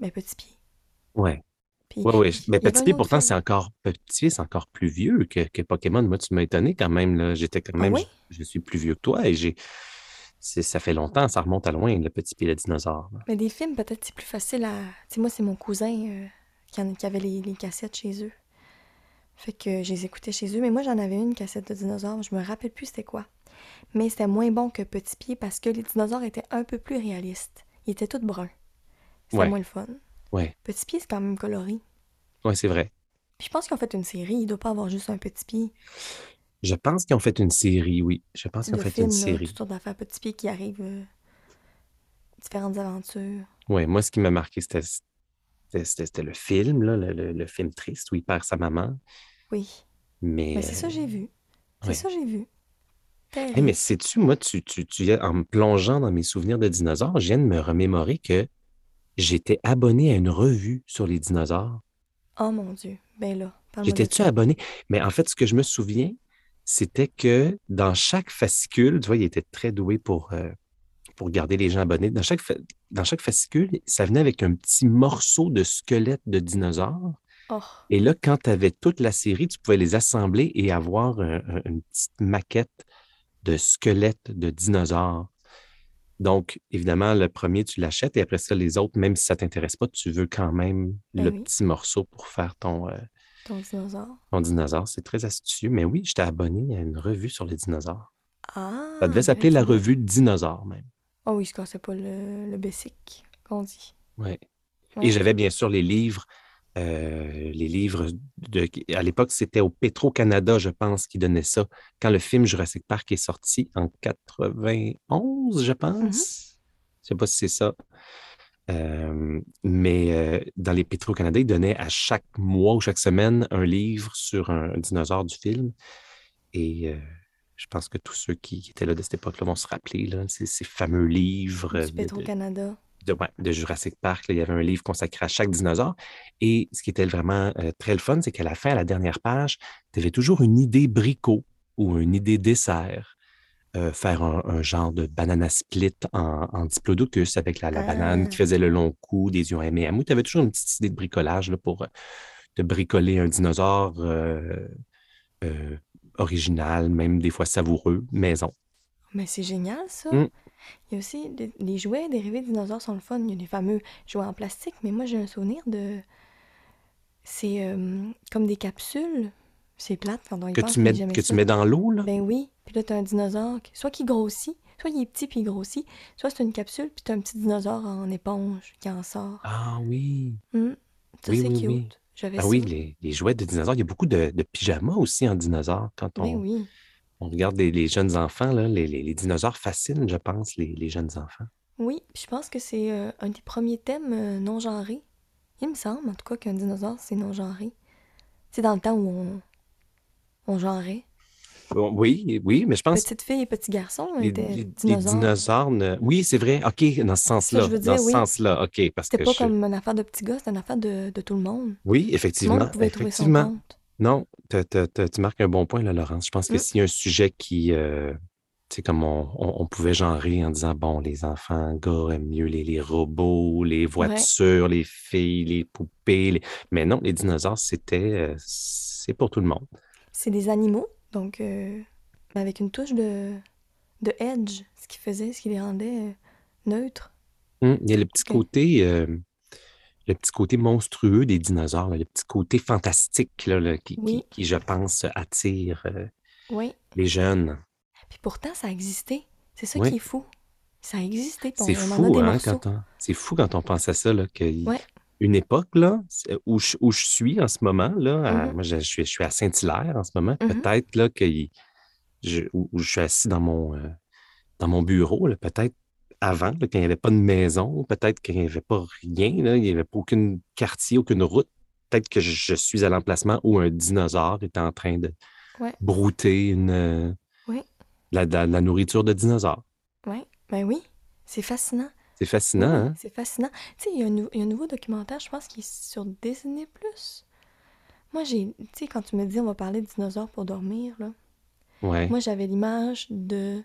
mes petits pieds.
Ouais.
Puis,
Oui, oui. Mais
il y avait
Petit
une
Pied,
autre
pourtant,
fille.
c'est encore Petit Pied, c'est encore plus vieux que, que Pokémon. Moi, tu m'as étonné quand même. là. J'étais quand
Ah
même, je,
oui?
je suis plus vieux que toi et j'ai. c'est- Ça fait longtemps, ça remonte à loin, le Petit Pied et le dinosaure. là.
Mais des films, peut-être, c'est plus facile à. Tu sais, moi, c'est mon cousin euh, qui, en- qui avait les, les cassettes chez eux. Fait que je les écoutais chez eux. Mais moi, j'en avais une cassette de dinosaures. Je me rappelle plus c'était quoi. Mais c'était moins bon que Petit Pied parce que les dinosaures étaient un peu plus réalistes. Ils étaient tous bruns. C'était
Ouais,
moins le fun.
ouais,
Petit Pied, c'est quand même coloré.
ouais, c'est vrai.
Puis je pense qu'ils ont fait une série. Il doit pas avoir juste un Petit Pied.
Je pense qu'ils ont fait une série, oui. Je pense
Tu sais,
qu'ils ont
de
fait une
films, là,
série.
toutes sortes d'affaires. Petit Pied qui arrive. euh, différentes aventures.
Ouais, moi, ce qui m'a marqué, c'était c'était- c'était- c'était le film, là, le, le- le film triste où il perd sa maman.
Oui.
Mais,
Mais Ben, c'est ça,
euh,
j'ai vu. C'est
ouais.
ça, j'ai vu.
Hey,
Terrible.
mais sais-tu, moi, tu, tu, tu viens- en me plongeant dans mes souvenirs de dinosaures, je viens de me remémorer que j'étais abonné à une revue sur les dinosaures.
Oh mon Dieu. Ben là, parle-moi de
J'étais-tu
ça.
abonné? Mais en fait, ce que je me souviens, c'était que dans chaque fascicule, tu vois, il était très doué pour, euh, pour garder les gens abonnés. Dans chaque, fa- dans chaque fascicule, ça venait avec un petit morceau de squelette de dinosaure.
Oh,
Et là, quand tu avais toute la série, tu pouvais les assembler et avoir un- un- une petite maquette de squelette de dinosaure. Donc, évidemment, le premier, tu l'achètes et après ça, les autres, même si ça t'intéresse pas, tu veux quand même
ben
le
oui,
petit morceau pour faire ton, euh,
ton dinosaure.
ton dinosaure. C'est très astucieux. Mais oui, j'étais abonné à une revue sur les dinosaures. Ça
Ah,
devait
ben là,
s'appeler la
tu vois.
revue Dinosaure même.
Oh oui, je connaissais pas le, le basic qu'on dit.
Ouais. Et
Ouais.
j'avais bien sûr les livres euh, les livres de, à l'époque, c'était au Petro-Canada, je pense, qui donnait ça. Quand le film Jurassic Park est sorti en 91,
Mm-hmm.
je pense. Mm -hmm. Je ne sais pas si c'est ça. Euh, mais euh, dans les Petro-Canada, ils donnaient à chaque mois ou chaque semaine un livre sur un, un dinosaure du film. Et euh, je pense que tous ceux qui étaient là de cette époque-là vont se rappeler là, ces, ces, fameux livres.
Du Petro-Canada.
De, ouais, de, Jurassic Park. Là, il y avait un livre consacré à chaque dinosaure. Et ce qui était vraiment euh, très le fun, c'est qu'à la fin, à la dernière page, tu avais toujours une idée bricot ou une idée dessert. Euh, faire un, un, genre de banana split en, en diplodocus avec la, la ah. banane qui faisait le long cou, des yeux M&M. Tu avais toujours une petite idée de bricolage là, pour euh, te bricoler un dinosaure euh, original, même des fois savoureux, maison.
Mais c'est génial, ça. Mm. Il y a aussi les, les jouets dérivés de dinosaures sont le fun. Il y a les fameux jouets en plastique, mais moi j'ai un souvenir de. C'est euh, comme des capsules. C'est plate quand on y
que
pense,
Tu mets, que ça. tu mets dans l'eau, là?
Ben oui. Puis là, t'as un dinosaure, qui... soit qui grossit, soit il est petit puis il grossit, soit c'est une capsule puis t'as un petit dinosaure en éponge qui en sort.
Ah oui!
Mmh. Ça, oui, c'est oui, cute. Oui.
J'avais ah ça. oui, les, les, jouets de dinosaures. Il y a beaucoup de, de pyjamas aussi en dinosaures quand on.
Ben oui
on regarde les, les jeunes enfants, là, les, les, les, dinosaures fascinent, je pense, les, jeunes enfants.
Oui, je pense que c'est euh, un des premiers thèmes euh, non genrés. Il me semble, en tout cas, qu'un dinosaure, c'est non genré. C'est dans le temps où on, on genrait.
Bon, oui, oui, mais je pense.
Petite fille et petit garçon, hein,
les, dinosaures. dinosaures ne... Oui, c'est vrai. OK, dans ce sens-là. Dans ce oui. sens-là. OK.
C'était pas je... comme une affaire de petit gars, c'était une affaire de, de, tout le monde.
Oui, effectivement.
Tout le monde pouvait
effectivement.
trouver son compte.
Non, t as, t as, t as, tu marques un bon point, là, Laurence. Je pense que mm. s'il y a un sujet qui, euh, tu sais, comme on, on, on, pouvait genrer en disant, bon, les enfants, gars aiment mieux les, les robots, les voitures, ouais. les filles, les poupées. Les... Mais non, les dinosaures, c'était, euh, c'est pour tout le monde.
C'est des animaux, donc euh, avec une touche de, de edge, ce qui faisait, ce qui les rendait euh, neutres.
Mm. Il y a le petit okay. côté euh, le petit côté monstrueux des dinosaures, là, le petit côté fantastique là, là, qui, oui. qui, qui, je pense, attire euh,
oui.
les jeunes.
Puis pourtant, ça a existé. C'est ça oui. qui est fou. Ça a existé.
C'est fou, hein, quand on... C'est fou quand on pense à ça, qu'une une époque là, où, je, où je suis en ce moment, là, à... mm -hmm. moi, je, je, suis, à Saint-Hilaire en ce moment, mm -hmm. peut-être là, que je, où, où, je suis assis dans mon, euh, dans mon bureau, peut-être avant, là, quand il n'y avait pas de maison, peut-être qu'il n'y avait pas rien, là, il n'y avait pas aucun quartier, aucune route. Peut-être que je, je, suis à l'emplacement où un dinosaure est en train de
ouais.
brouter une, euh,
oui.
la, la, la, nourriture de dinosaures.
Oui, ben oui, c'est fascinant.
C'est fascinant, oui, hein?
C'est fascinant. Tu sais, il y, a un, il y, a un nouveau documentaire, je pense, qui est sur Disney+. Moi, j'ai... Tu sais, quand tu me dis on va parler de dinosaures pour dormir, là...
hein? Ouais.
Moi, j'avais l'image de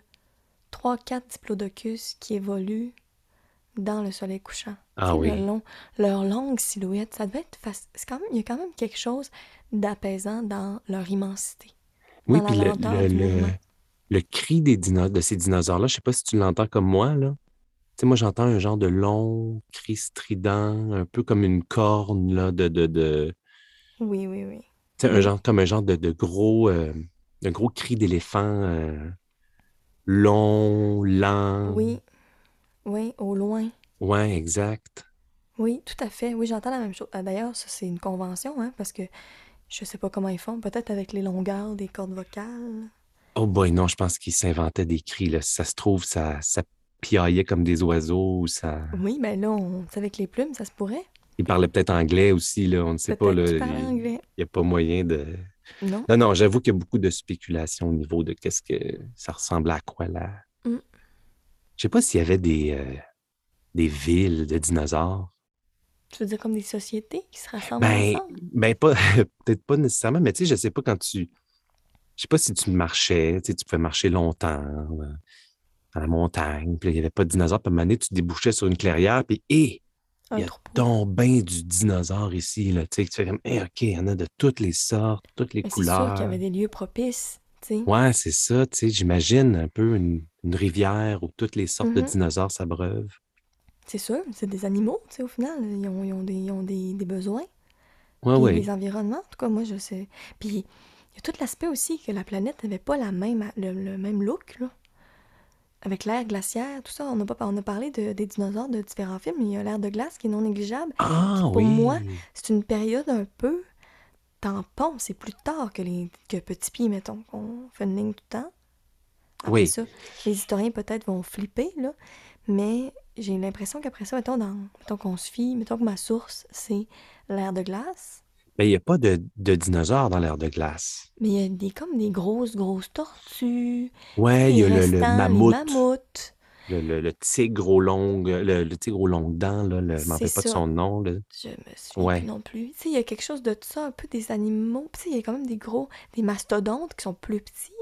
trois, quatre diplodocus qui évoluent dans le soleil couchant.
Ah oui.
le long, leur longue silhouette, ça devait être faci... quand même, il y a quand même quelque chose d'apaisant dans leur immensité.
Oui, puis le, le, le, le, cri des dino... de ces dinosaures-là, je sais pas si tu l'entends comme moi, là. Tu sais, moi, j'entends un genre de long cri strident, un peu comme une corne, là, de... de, de...
Oui, oui, oui.
Tu sais, un genre, comme un genre de, de gros... Euh, un gros cri d'éléphant... Euh long, lent.
Oui, oui, au loin.
Oui, exact.
Oui, tout à fait. Oui, j'entends la même chose. Ah, D'ailleurs, ça, c'est une convention, hein, parce que je sais pas comment ils font. Peut-être avec les longueurs des cordes vocales.
Oh boy, non, je pense qu'ils s'inventaient des cris. Là. Si ça se trouve, ça, ça piaillait comme des oiseaux. Ou ça...
Oui, ben là, on... avec les plumes, ça se pourrait.
Ils parlaient peut-être anglais aussi, là, on ne sait pas. Là, il
anglais.
n'y a pas moyen de...
Non.
Non, non j'avoue qu'il y a beaucoup de spéculation au niveau de qu'est-ce que ça ressemble à quoi là.
Mm.
Je sais pas s'il y avait des, euh, des villes de dinosaures.
Tu veux dire comme des sociétés qui se rassemblent
ben,
ensemble?
Ben, pas, peut-être pas nécessairement, mais tu sais, je sais pas quand tu. Je sais pas si tu marchais, tu, sais, tu pouvais marcher longtemps là, dans la montagne, puis il n'y avait pas de dinosaures, puis à un moment donné, tu débouchais sur une clairière, puis hé! Hey, il y a donc bien du dinosaure ici. Là, tu fais comme, hey, OK, il y en a de toutes les sortes, toutes les Mais couleurs.
C'est sûr qu'il y avait des lieux propices. T'sais.
Ouais, c'est ça. J'imagine un peu une, une, rivière où toutes les sortes mm
Mm-hmm.
-hmm. de dinosaures s'abreuvent.
C'est sûr, c'est des animaux, au final. Ils ont, ils ont, des, ils ont des, des, besoins.
Ouais,
Puis
Ah ouais.
Les environnements, en tout cas, moi, je sais. Puis il y a tout l'aspect aussi que la planète n'avait pas la même, le, le même look. Là. avec l'ère glaciaire, tout ça, on a, pas, on a parlé de- des dinosaures de différents films, mais il y a l'ère de glace qui est non négligeable.
Ah
Pour
oui.
moi, C'est une période un peu tampon, c'est plus tard que, les, que Petit Pied, mettons, qu'on fait une ligne tout le temps. Après
Oui.
ça, les historiens peut-être vont flipper, là, mais j'ai l'impression qu'après ça, mettons, dans, mettons qu'on se fie, mettons que ma source, c'est l'ère de glace,
Mais Ben, il n'y a pas de, de dinosaures dans l'ère de glace.
mais il y a des, comme des grosses, grosses tortues,
Ouais, il y
les
a le, le
restants, les
mammouth,
mammouths.
le, le- le tigre aux longues, le, le tigre aux longues dents, là, le- je ne me rappelle
C'est
pas de
ça.
son nom. là.
Je me souviens
Ouais.
plus non plus. Tu sais, il y a quelque chose de ça, un peu des animaux. Puis tu sais, il y a quand même des gros, des mastodontes qui sont plus petits.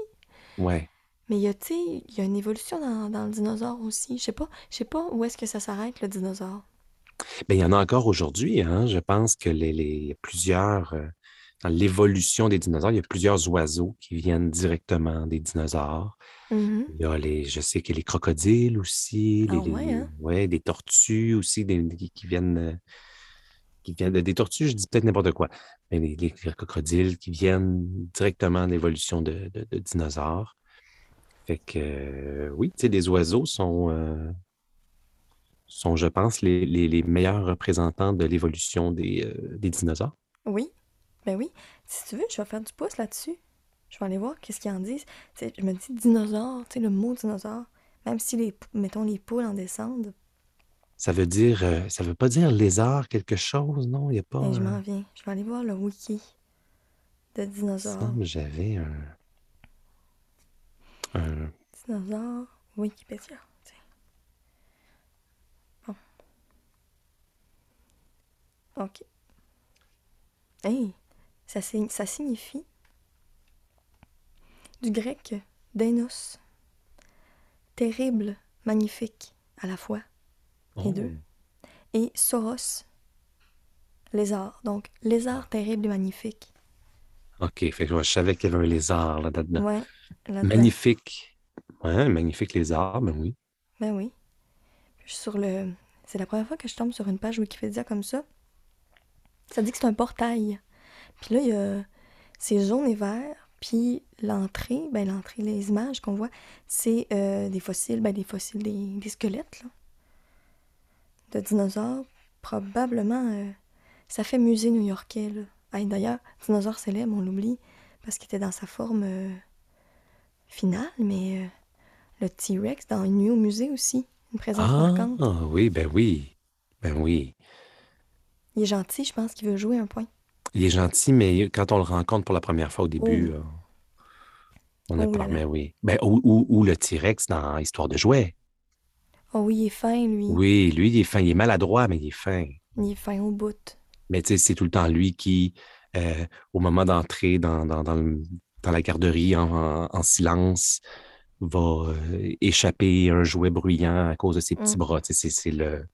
Ouais.
Mais il y a, tu sais, il y a une évolution dans, dans le dinosaure aussi. Je sais pas, je sais pas où est-ce que ça s'arrête, le dinosaure.
Ben, il y en a encore aujourd'hui, hein. Je pense que les, les- plusieurs, euh, dans l'évolution des dinosaures, il y a plusieurs oiseaux qui viennent directement des dinosaures.
Mhm.
Il y a les, je sais que les crocodiles aussi,
Ah
les, les-
ouais, hein?
ouais, des tortues aussi, des- qui, qui viennent, euh, qui viennent des tortues, je dis peut-être n'importe quoi, mais les, les crocodiles qui viennent directement de l'évolution de, de- de dinosaures. Fait que euh, oui, tu sais, les oiseaux sont, euh, sont, je pense, les, les- les meilleurs représentants de l'évolution des, euh, des dinosaures.
Oui. Ben oui. Si tu veux, je vais faire du pouce là-dessus. Je vais aller voir qu'est-ce qu'ils en disent. Tu sais, je me dis dinosaure, tu sais, le mot dinosaure. Même si les, pou- mettons, les poules en descendent.
Ça veut dire, euh, ça veut pas dire lézard quelque chose, non? Il n'y a pas.
Et Ben, je
un-
m'en viens. Je vais aller voir le wiki de
Il me
dinosaure.
semble que j'avais un- un
Dinosaure, Wikipédia. tiens. Bon. Ok. Hey, ça, sign- ça signifie du grec dainos, terrible, magnifique à la fois, les deux, et soros, lézard. Donc, lézard terrible et magnifique.
Oh, OK, fait que je savais qu'il y avait un lézard là, dedans
Ouais, là-dedans.
Magnifique. Ouais, un magnifique lézard, ben oui.
Ben oui. Je suis sur le. C'est la première fois que je tombe sur une page Wikipédia comme ça. Ça dit que c'est un portail. Puis là, il y a. C'est jaune et vert. Puis l'entrée, ben l'entrée, les images qu'on voit, c'est euh, des fossiles, ben des fossiles, des, des squelettes, là. De dinosaures. Probablement. euh, ça fait musée new-yorkais, là. Ah, et d'ailleurs, dinosaure célèbre, on l'oublie, parce qu'il était dans sa forme euh, finale, mais euh, le T-Rex dans une nuit au musée aussi. Une présence
Ah,
marquante.
oui, ben oui. Ben oui.
Il est gentil, je pense qu'il veut jouer un point.
Il est gentil, mais quand on le rencontre pour la première fois au début,
Oh.
euh, on a
Oh là
peur,
là.
mais oui. Ben, ou, ou- ou le T-Rex dans Histoire de jouets.
Oh oui, il est fin, lui.
Oui, lui, il est fin. Il est maladroit, mais il est fin.
Il est fin au bout.
Mais tu sais, c'est tout le temps lui qui, euh, au moment d'entrer dans, dans, dans le- dans la garderie en, en- en silence, va euh, échapper un jouet bruyant à cause de ses petits
Mm.
bras. Tu sais, c'est, c'est le...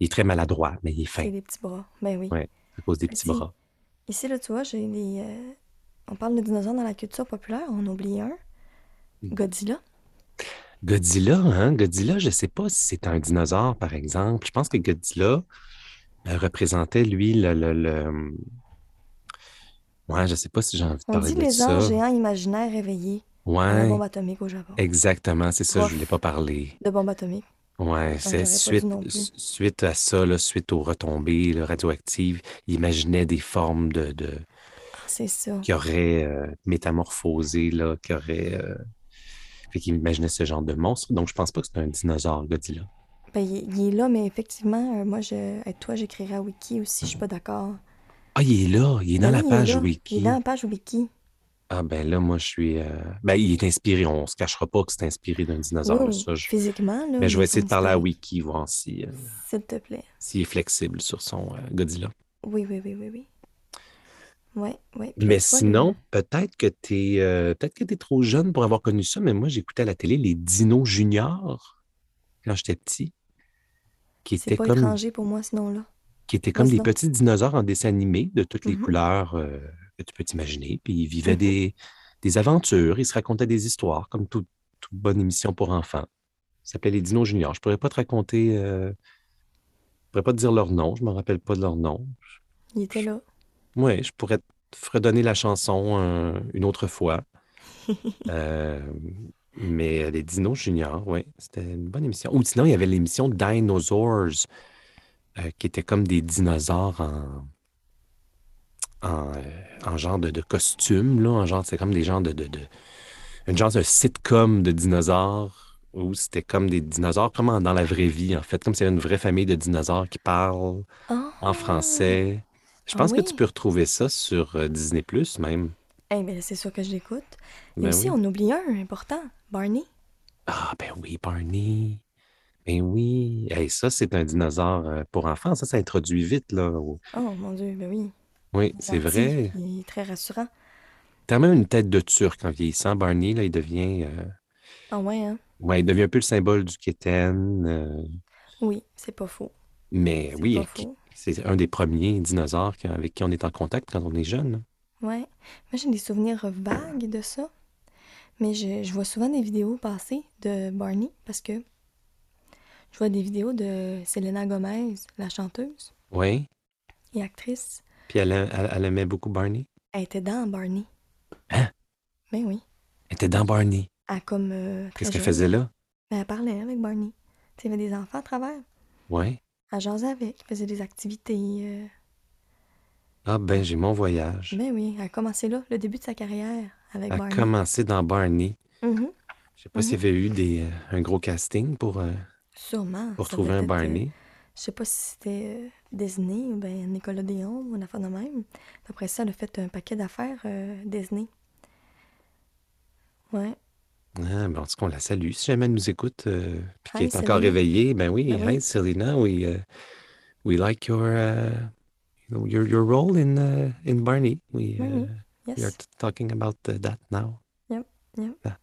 Il est très maladroit, mais il est fin
C'est les petits bras. Ben oui.
Ouais. à cause des
Mais
petits
tu sais,
bras.
Ici, là, tu vois, j'ai des. euh, On parle de dinosaures dans la culture populaire, on oublie un.
Mm.
Godzilla.
Godzilla, hein? Godzilla, je ne sais pas si c'est un dinosaure, par exemple. Je pense que Godzilla euh, représentait, lui, le... le, le- Ouais, je ne sais pas si j'ai envie de
On
parler
dit
de
lézard
ça.
géant imaginaire réveillé par la
Ouais,
bombe atomique au Japon.
exactement, c'est ça, je ne voulais
Prof
pas parler.
de bombe atomique.
Ouais,
Donc,
c'est
Ah, j'aurais pas dû
suite,
non plus.
su- suite à ça, là, suite aux retombées là, radioactives, il imaginait des formes de, de-
Ah, c'est ça.
qui auraient euh, métamorphosé, là, qui auraient. euh, Fait qu'il imaginait ce genre de monstre. Donc, je pense pas que c'est un dinosaure, Godzilla.
Ben, il, est- il est là, mais effectivement, euh, moi, je, avec toi, j'écrirai à Wiki aussi, je suis pas d'accord.
Ah, il est là, il est dans
Ben
la
oui, il est
page
là. Il est dans
Wiki.
la page Wiki.
Ah, ben là, moi, je suis. euh, Ben, il est inspiré, on se cachera pas que c'est inspiré d'un
Oui,
dinosaure, là,
oui.
ça, je-
Physiquement, là,
Mais je
il
vais
est
essayer de parler à
préhistorique.
Wiki, voir si, euh,
S'il te plaît.
s'il est flexible sur son euh, Godzilla.
Oui, oui, oui, oui, oui. Ouais, ouais. Puis
Mais
là, tu vois, le...
sinon, peut-être que tu es, peut-être que t'es trop jeune pour avoir connu ça, mais moi, j'écoutais à la télé les Dinos Juniors quand j'étais petit, qui
c'est
étaient
pas
comme,
étranger pour moi, ce nom-là.
qui étaient comme
Vas-y
des
donc.
petits dinosaures en dessin animé de toutes les
Mhm,
couleurs euh, que tu peux t'imaginer. Puis ils vivaient
mhm.
des, des aventures, ils se racontaient des histoires, comme tout- toute bonne émission pour enfants. Ça s'appelait les Dinos Juniors. Je pourrais pas te raconter, euh, je pourrais pas te dire leur nom, je me rappelle pas de leur nom.
Il était là.
Oui, je pourrais te redonner la chanson euh, une autre fois. Euh, Mais euh, les dinos juniors, oui, c'était une bonne émission. Ou sinon, il y avait l'émission Dinosaurs, euh, qui était comme des dinosaures en, en, euh, en genre de, de costume, là, en genre, c'est comme des genres de, de, de- une genre de sitcom de dinosaures, où c'était comme des dinosaures, comme en- dans la vraie vie, en fait, comme s'il y avait une vraie famille de dinosaures qui parlent
Ah!
en français. Je
Ah
pense que
oui.
tu peux retrouver ça sur euh, Disney+, même.
Eh bien, c'est sûr que je l'écoute. Mais
Ben
aussi,
oui.
on oublie un important, Barney.
Ah, ben oui, Barney. Ben oui. Hey, ça, c'est un dinosaure euh, pour enfants. Ça, ça introduit vite, là. au-
Oh mon Dieu, ben oui. Il
Oui,
est
c'est
gentil,
vrai.
puis il est très rassurant.
T'as même une tête de turc en vieillissant. Barney, là, il devient... euh,
Ah ouais, hein?
Ouais, il devient un peu le symbole du keten. euh,
Oui, c'est pas faux.
Mais
C'est
oui,
pas
euh, qui-
faux.
c'est un des premiers dinosaures que- avec qui on est en contact quand on est jeune.
Ouais. Moi, j'ai des souvenirs vagues de ça. Mais je, je vois souvent des vidéos passer de Barney parce que je vois des vidéos de Selena Gomez, la chanteuse
Oui.
et actrice.
Puis elle, a- elle, elle aimait beaucoup Barney.
Elle était dans Barney.
Hein?
Ben oui.
Elle était dans Barney.
Elle comme euh, très
Qu'est-ce qu'elle
jeune.
faisait là?
Mais elle parlait avec Barney. Tu sais, il y avait des enfants à travers.
Oui.
Elle jasait avec, elle faisait des activités. euh,
Ah ben, j'ai mon voyage.
Ben oui, elle a commencé là, le début de sa carrière avec
Elle a
Barney.
commencé dans Barney.
Mhm.
Je sais pas s'il y avait eu des, euh, un gros casting pour, euh,
Sûrement,
pour
ça
trouver
devait
un
être. euh,
Barney.
je sais pas si c'était euh, Disney ou ben Nicolas Déon ou une affaire de même. Puis après ça, elle a fait un paquet d'affaires euh, Disney. Ouais.
Ah, ben, en tout cas, on la salue. Si jamais elle nous écoute euh, puis qu'elle
Hi,
est encore
Selena.
réveillée, ben oui,
Ben
hi
oui.
Selena, we, uh, we like your, uh, you know, your, your role in, uh, in Barney. We,
Ben oui.
uh, we are
Yes.
t- talking about uh, that now.
Yep. Yep.
Ah,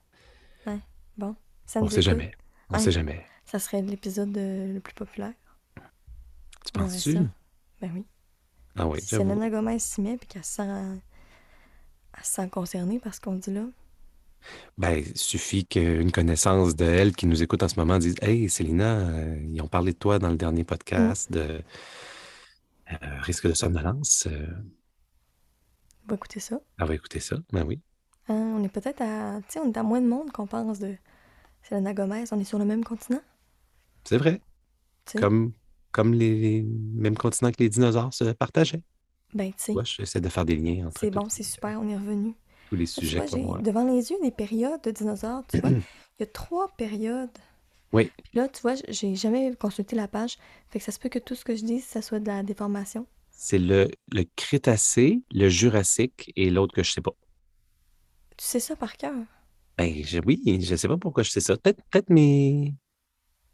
Ouais. Bon. Ça
on
nous
sait
écoute.
jamais. On
Ouais.
sait jamais.
Ça serait l'épisode euh, le plus populaire.
Tu
On aurait ça.
penses-tu?
Ben oui.
Ah oui,
Si
j'avoue.
Selena Gomez s'y met puis qu'elle se sent, elle se sent concernée par ce qu'on dit là.
Ben, suffit qu'une connaissance de elle qui nous écoute en ce moment dise Hey, Célina, euh, ils ont parlé de toi dans le dernier
Mm.
podcast de euh, risque de somnolence. Euh,
On va écouter ça.
elle va écouter ça. Ben oui.
Hein, on est peut-être à. Tu sais, on est à moins de monde qu'on pense de Selena Gomez. On est sur le même continent,
C'est vrai.
tu sais.
Comme, comme les, les mêmes continents que les dinosaures se partageaient.
Ben, tu sais,
Ouais, j'essaie de faire des liens entre
c'est
tous
bon, c'est
les,
super, on est revenu.
tous les
Tu
sujets
vois,
qu'on
j'ai
voit.
devant les yeux des périodes de dinosaures, tu vois. Il y a trois périodes.
Oui,
Puis là, tu vois, j'ai jamais consulté la page. Fait que ça se peut que tout ce que je dis, ça soit de la déformation.
c'est le, le Crétacé, le Jurassique et l'autre que je sais pas.
Tu sais ça par cœur.
Ben je- oui, je sais pas pourquoi je sais ça. Peut-être peut-être mes,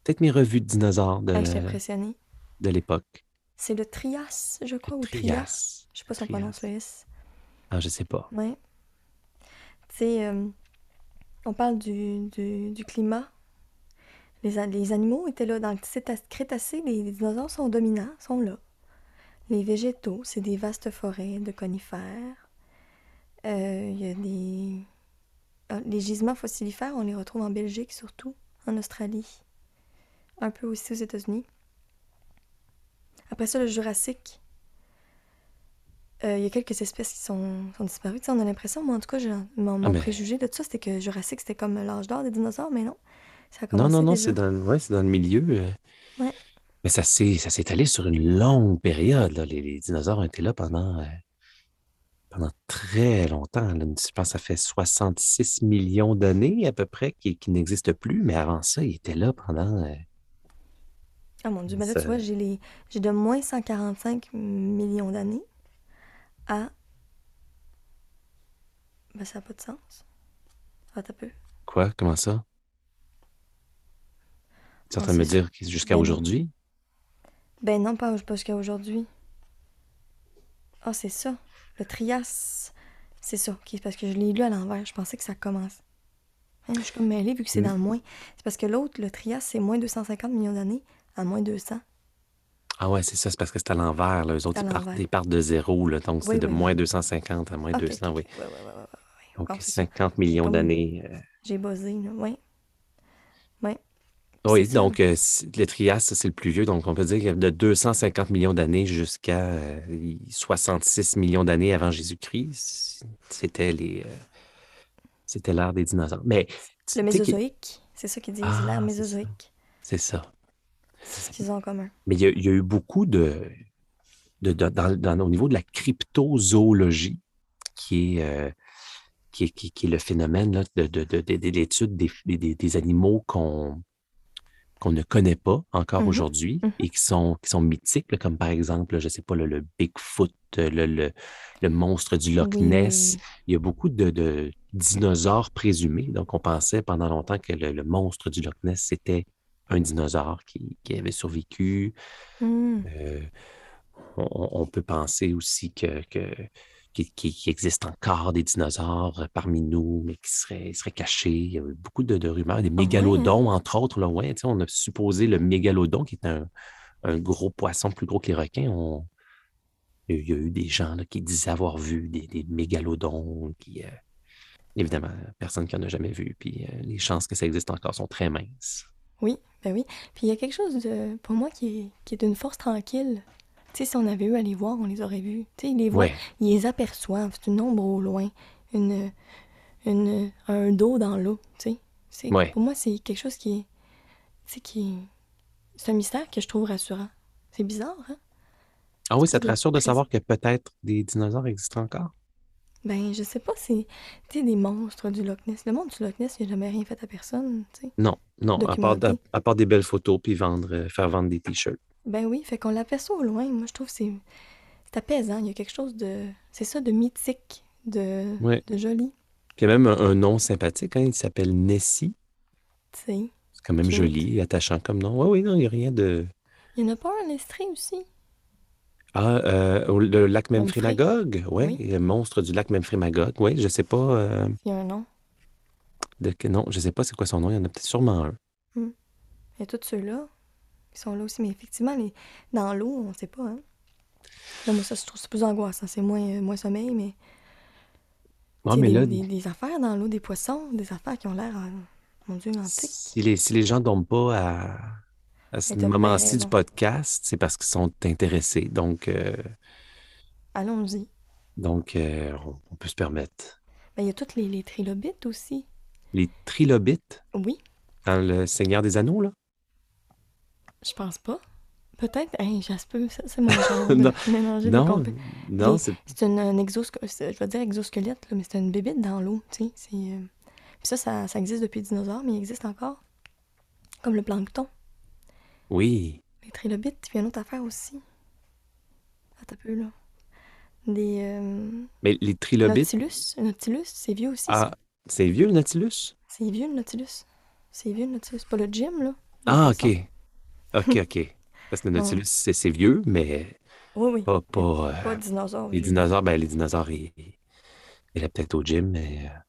peut-être mes revues de dinosaures de,
Hey, Ah, je suis impressionnée.
de l'époque.
C'est le Trias, je
Le
crois, ou Tria.
Trias.
Je sais pas si on prononce
Trias.
le S.
Ah, je sais pas.
Ouais. Tu sais, euh, on parle du, du, du climat. Les, a- les animaux étaient là. Dans le Céta- Crétacé, les, les dinosaures sont dominants, sont là. Les végétaux, c'est des vastes forêts de conifères. Euh, Il y a des... ah, les gisements fossilifères, on les retrouve en Belgique surtout, en Australie, un peu aussi aux États-Unis. Après ça, le Jurassique. Euh, Il y a quelques espèces qui sont, sont disparues. Tu sais, on a l'impression, moi en tout cas, j'ai- mon,
Ah,
mon
mais
préjugé de ça, c'était que Jurassique, c'était comme l'âge d'or des dinosaures, mais non, ça a
non, non,
commencé
non,
déjà.
c'est dans, le- ouais, c'est dans le milieu. euh.
Ouais.
Mais ça s'est, ça s'est allé sur une longue période, là. Les, les dinosaures ont été là pendant, euh, pendant très longtemps. là. Je pense que ça fait 66 millions d'années à peu près qui, qui n'existent plus, mais avant ça, ils étaient là pendant. euh,
Ah mon Dieu, ben là,
ça-
tu vois, j'ai les... j'ai de moins 145 millions d'années à... Ben, ça n'a pas de sens. Attends un peu.
Quoi? Comment ça? Tu es en
Ben,
train de
c'est
me
sûr.
dire que jusqu'à
Ben non.
aujourd'hui?
Ben non, pas, pas jusqu'à aujourd'hui. Ah, c'est ça. Le trias. C'est ça. ok, c'est parce que je l'ai lu à l'envers. Je pensais que ça commence. Hein, je suis comme mêlée vu que c'est dans le moins. C'est parce que l'autre, le trias, c'est moins 250 millions d'années à moins 200.
Ah ouais, c'est ça, c'est parce que c'est à l'envers, là. Eux
C'est
autres,
à
ils partent,
l'envers.
ils partent de zéro, là. Donc, c'est
Oui, Ah,
de
oui, oui.
moins 250 à moins
Ok, ok,
200, oui.
ok. Ouais, ouais, ouais, ouais, ouais, ouais.
Donc,
Encore, c'est ça.
50
J'ai
millions
comme...
d'années. euh.
J'ai buzzé, là. Ouais, ouais. Puis c'est
Oui,
ça.
donc, euh, c- le Trias, ça, c'est le plus vieux. Donc, on peut dire qu'il y a de 250 millions d'années jusqu'à euh, 66 millions d'années avant Jésus-Christ. C'était les, euh, C'était l'ère des dinosaures. Mais
Le mésozoïque, c'est ça qu'ils disent,
Ah,
l'ère
c'est
mésozoïque.
c'est ça.
C'est ce qu'ils ont en commun.
Mais il y, a, il y a eu beaucoup de, de- de- dans, dans- au niveau de la cryptozoologie, qui est, euh, qui est, qui- qui est le phénomène là, de, de- de- de- de l'étude des, des- des animaux qu'on qu'on ne connaît pas encore
Mhm,
aujourd'hui
mhm.
et qui sont, qui sont mythiques, là, comme par exemple, je ne sais pas, le, le Bigfoot, euh, le, le- le monstre du Loch
Oui,
Ness.
oui.
Il y a beaucoup de, de dinosaures présumés. Donc, on pensait pendant longtemps que le, le monstre du Loch Ness, c'était un dinosaure qui, qui avait survécu.
Hmm.
Euh, on, on- on peut penser aussi que, que, qu'il, qu'il- qu'il existe encore des dinosaures euh, parmi nous, mais qui seraient, seraient cachés. Il y a eu beaucoup de, de rumeurs, des
ouais, hein?
mégalodons, entre autres. Là, ouais, tu sais, on a supposé le mégalodon, qui est un, un gros poisson plus gros que les requins. On- Il y a- il y a eu des gens là, qui disaient avoir vu des, des mégalodons qui. euh, Évidemment, personne qui en a jamais vu, puis euh, les chances que ça existe encore sont très minces.
Oui, ben oui. Puis il y a quelque chose de, pour moi qui est, qui est d'une force tranquille. Tu sais, si on avait eu à les voir, on les aurait vus. Tu sais, ils les voient,
Ouais,
ils les aperçoivent, c'est une ombre au loin, une, une, un dos dans l'eau, tu sais. C'est-
Ouais.
Pour moi, c'est quelque chose qui est, tu sais, qui est- c'est un mystère que je trouve rassurant. C'est bizarre, hein?
Ah oui,
C'est
ça te
de la
rassure de
prison.
savoir que peut-être des dinosaures existent encore?
Ben, je sais pas, c'est, tu sais, des monstres du Loch Ness. Le monde du Loch Ness, il a jamais rien fait à personne, tu sais.
Non, non, à part,
Documenter.
à- à part des belles photos puis vendre, euh, faire vendre des t-shirts.
Ben oui, fait qu'on l'aperçoit au loin. Moi, je trouve que c'est c'est apaisant. Il y a quelque chose de. C'est ça, de mythique, de,
Ouais.
de joli.
Puis il y a même un, un nom sympathique, hein, il s'appelle Nessie.
Tu sais.
C'est quand même
Cute.
joli, attachant comme nom. Oui, oui, non, il n'y a rien de.
Il y en a pas un en Estrie aussi.
Ah, euh, au- le lac
Memphrey.
Memphremagog, ouais,
Oui.
le monstre du lac Memphremagog, oui, je sais pas, euh,
Il y a un nom.
de, que- non, je sais pas c'est quoi son nom, il y en a peut-être sûrement un.
Il y a tous ceux-là. Ils sont là aussi. Mais effectivement, les... dans l'eau, on sait pas, hein. Là, moi, ça, je trouve que c'est plus angoissant. C'est moins, euh, moins sommeil, mais.
Ouais,
tu sais,
Ah, mais
des,
là,
des- des affaires dans l'eau, des poissons, des affaires qui ont l'air. euh, Mon Dieu, antiques.
si les, si les gens ne tombent pas à, à ce
Mais t'as bien
moment-ci du
raison.
podcast, c'est parce qu'ils sont intéressés. Donc, euh,
Allons-y.
donc euh, on- on peut se permettre.
Ben, il y a toutes les, les trilobites aussi.
Les trilobites.
Oui,
Dans le Seigneur des Anneaux, là?
je pense pas. Peut-être. Hey, ça se peut, ça, c'est mon genre de
Non.
mélanger des
Non,
compé-
non,
Les-
c'est...
C'est une, un exosquelette, je vais dire exosquelette, là, mais c'est une bébite dans l'eau, tu sais. c'est, euh, Puis ça, ça, ça existe depuis les dinosaures, mais il existe encore. Comme le plancton,
Oui.
les trilobites, puis il y a une autre affaire aussi. Attends un peu, là. Des... euh,
Mais les trilobites...
Nautilus, le Nautilus, c'est vieux aussi, ça.
Ah, c'est vieux, le Nautilus?
C'est vieux, le Nautilus. C'est vieux, le Nautilus. Pas le gym, là.
Ah,
Le poisson.
OK. OK, OK. Parce que le
Ouais.
Nautilus, c'est, c'est vieux, mais
Oui, oui.
pas... pas, euh,
Pas de dinosaures.
les
vieux.
dinosaures, ben, les dinosaures, ils, ils- ils allaient peut-être au gym, mais euh,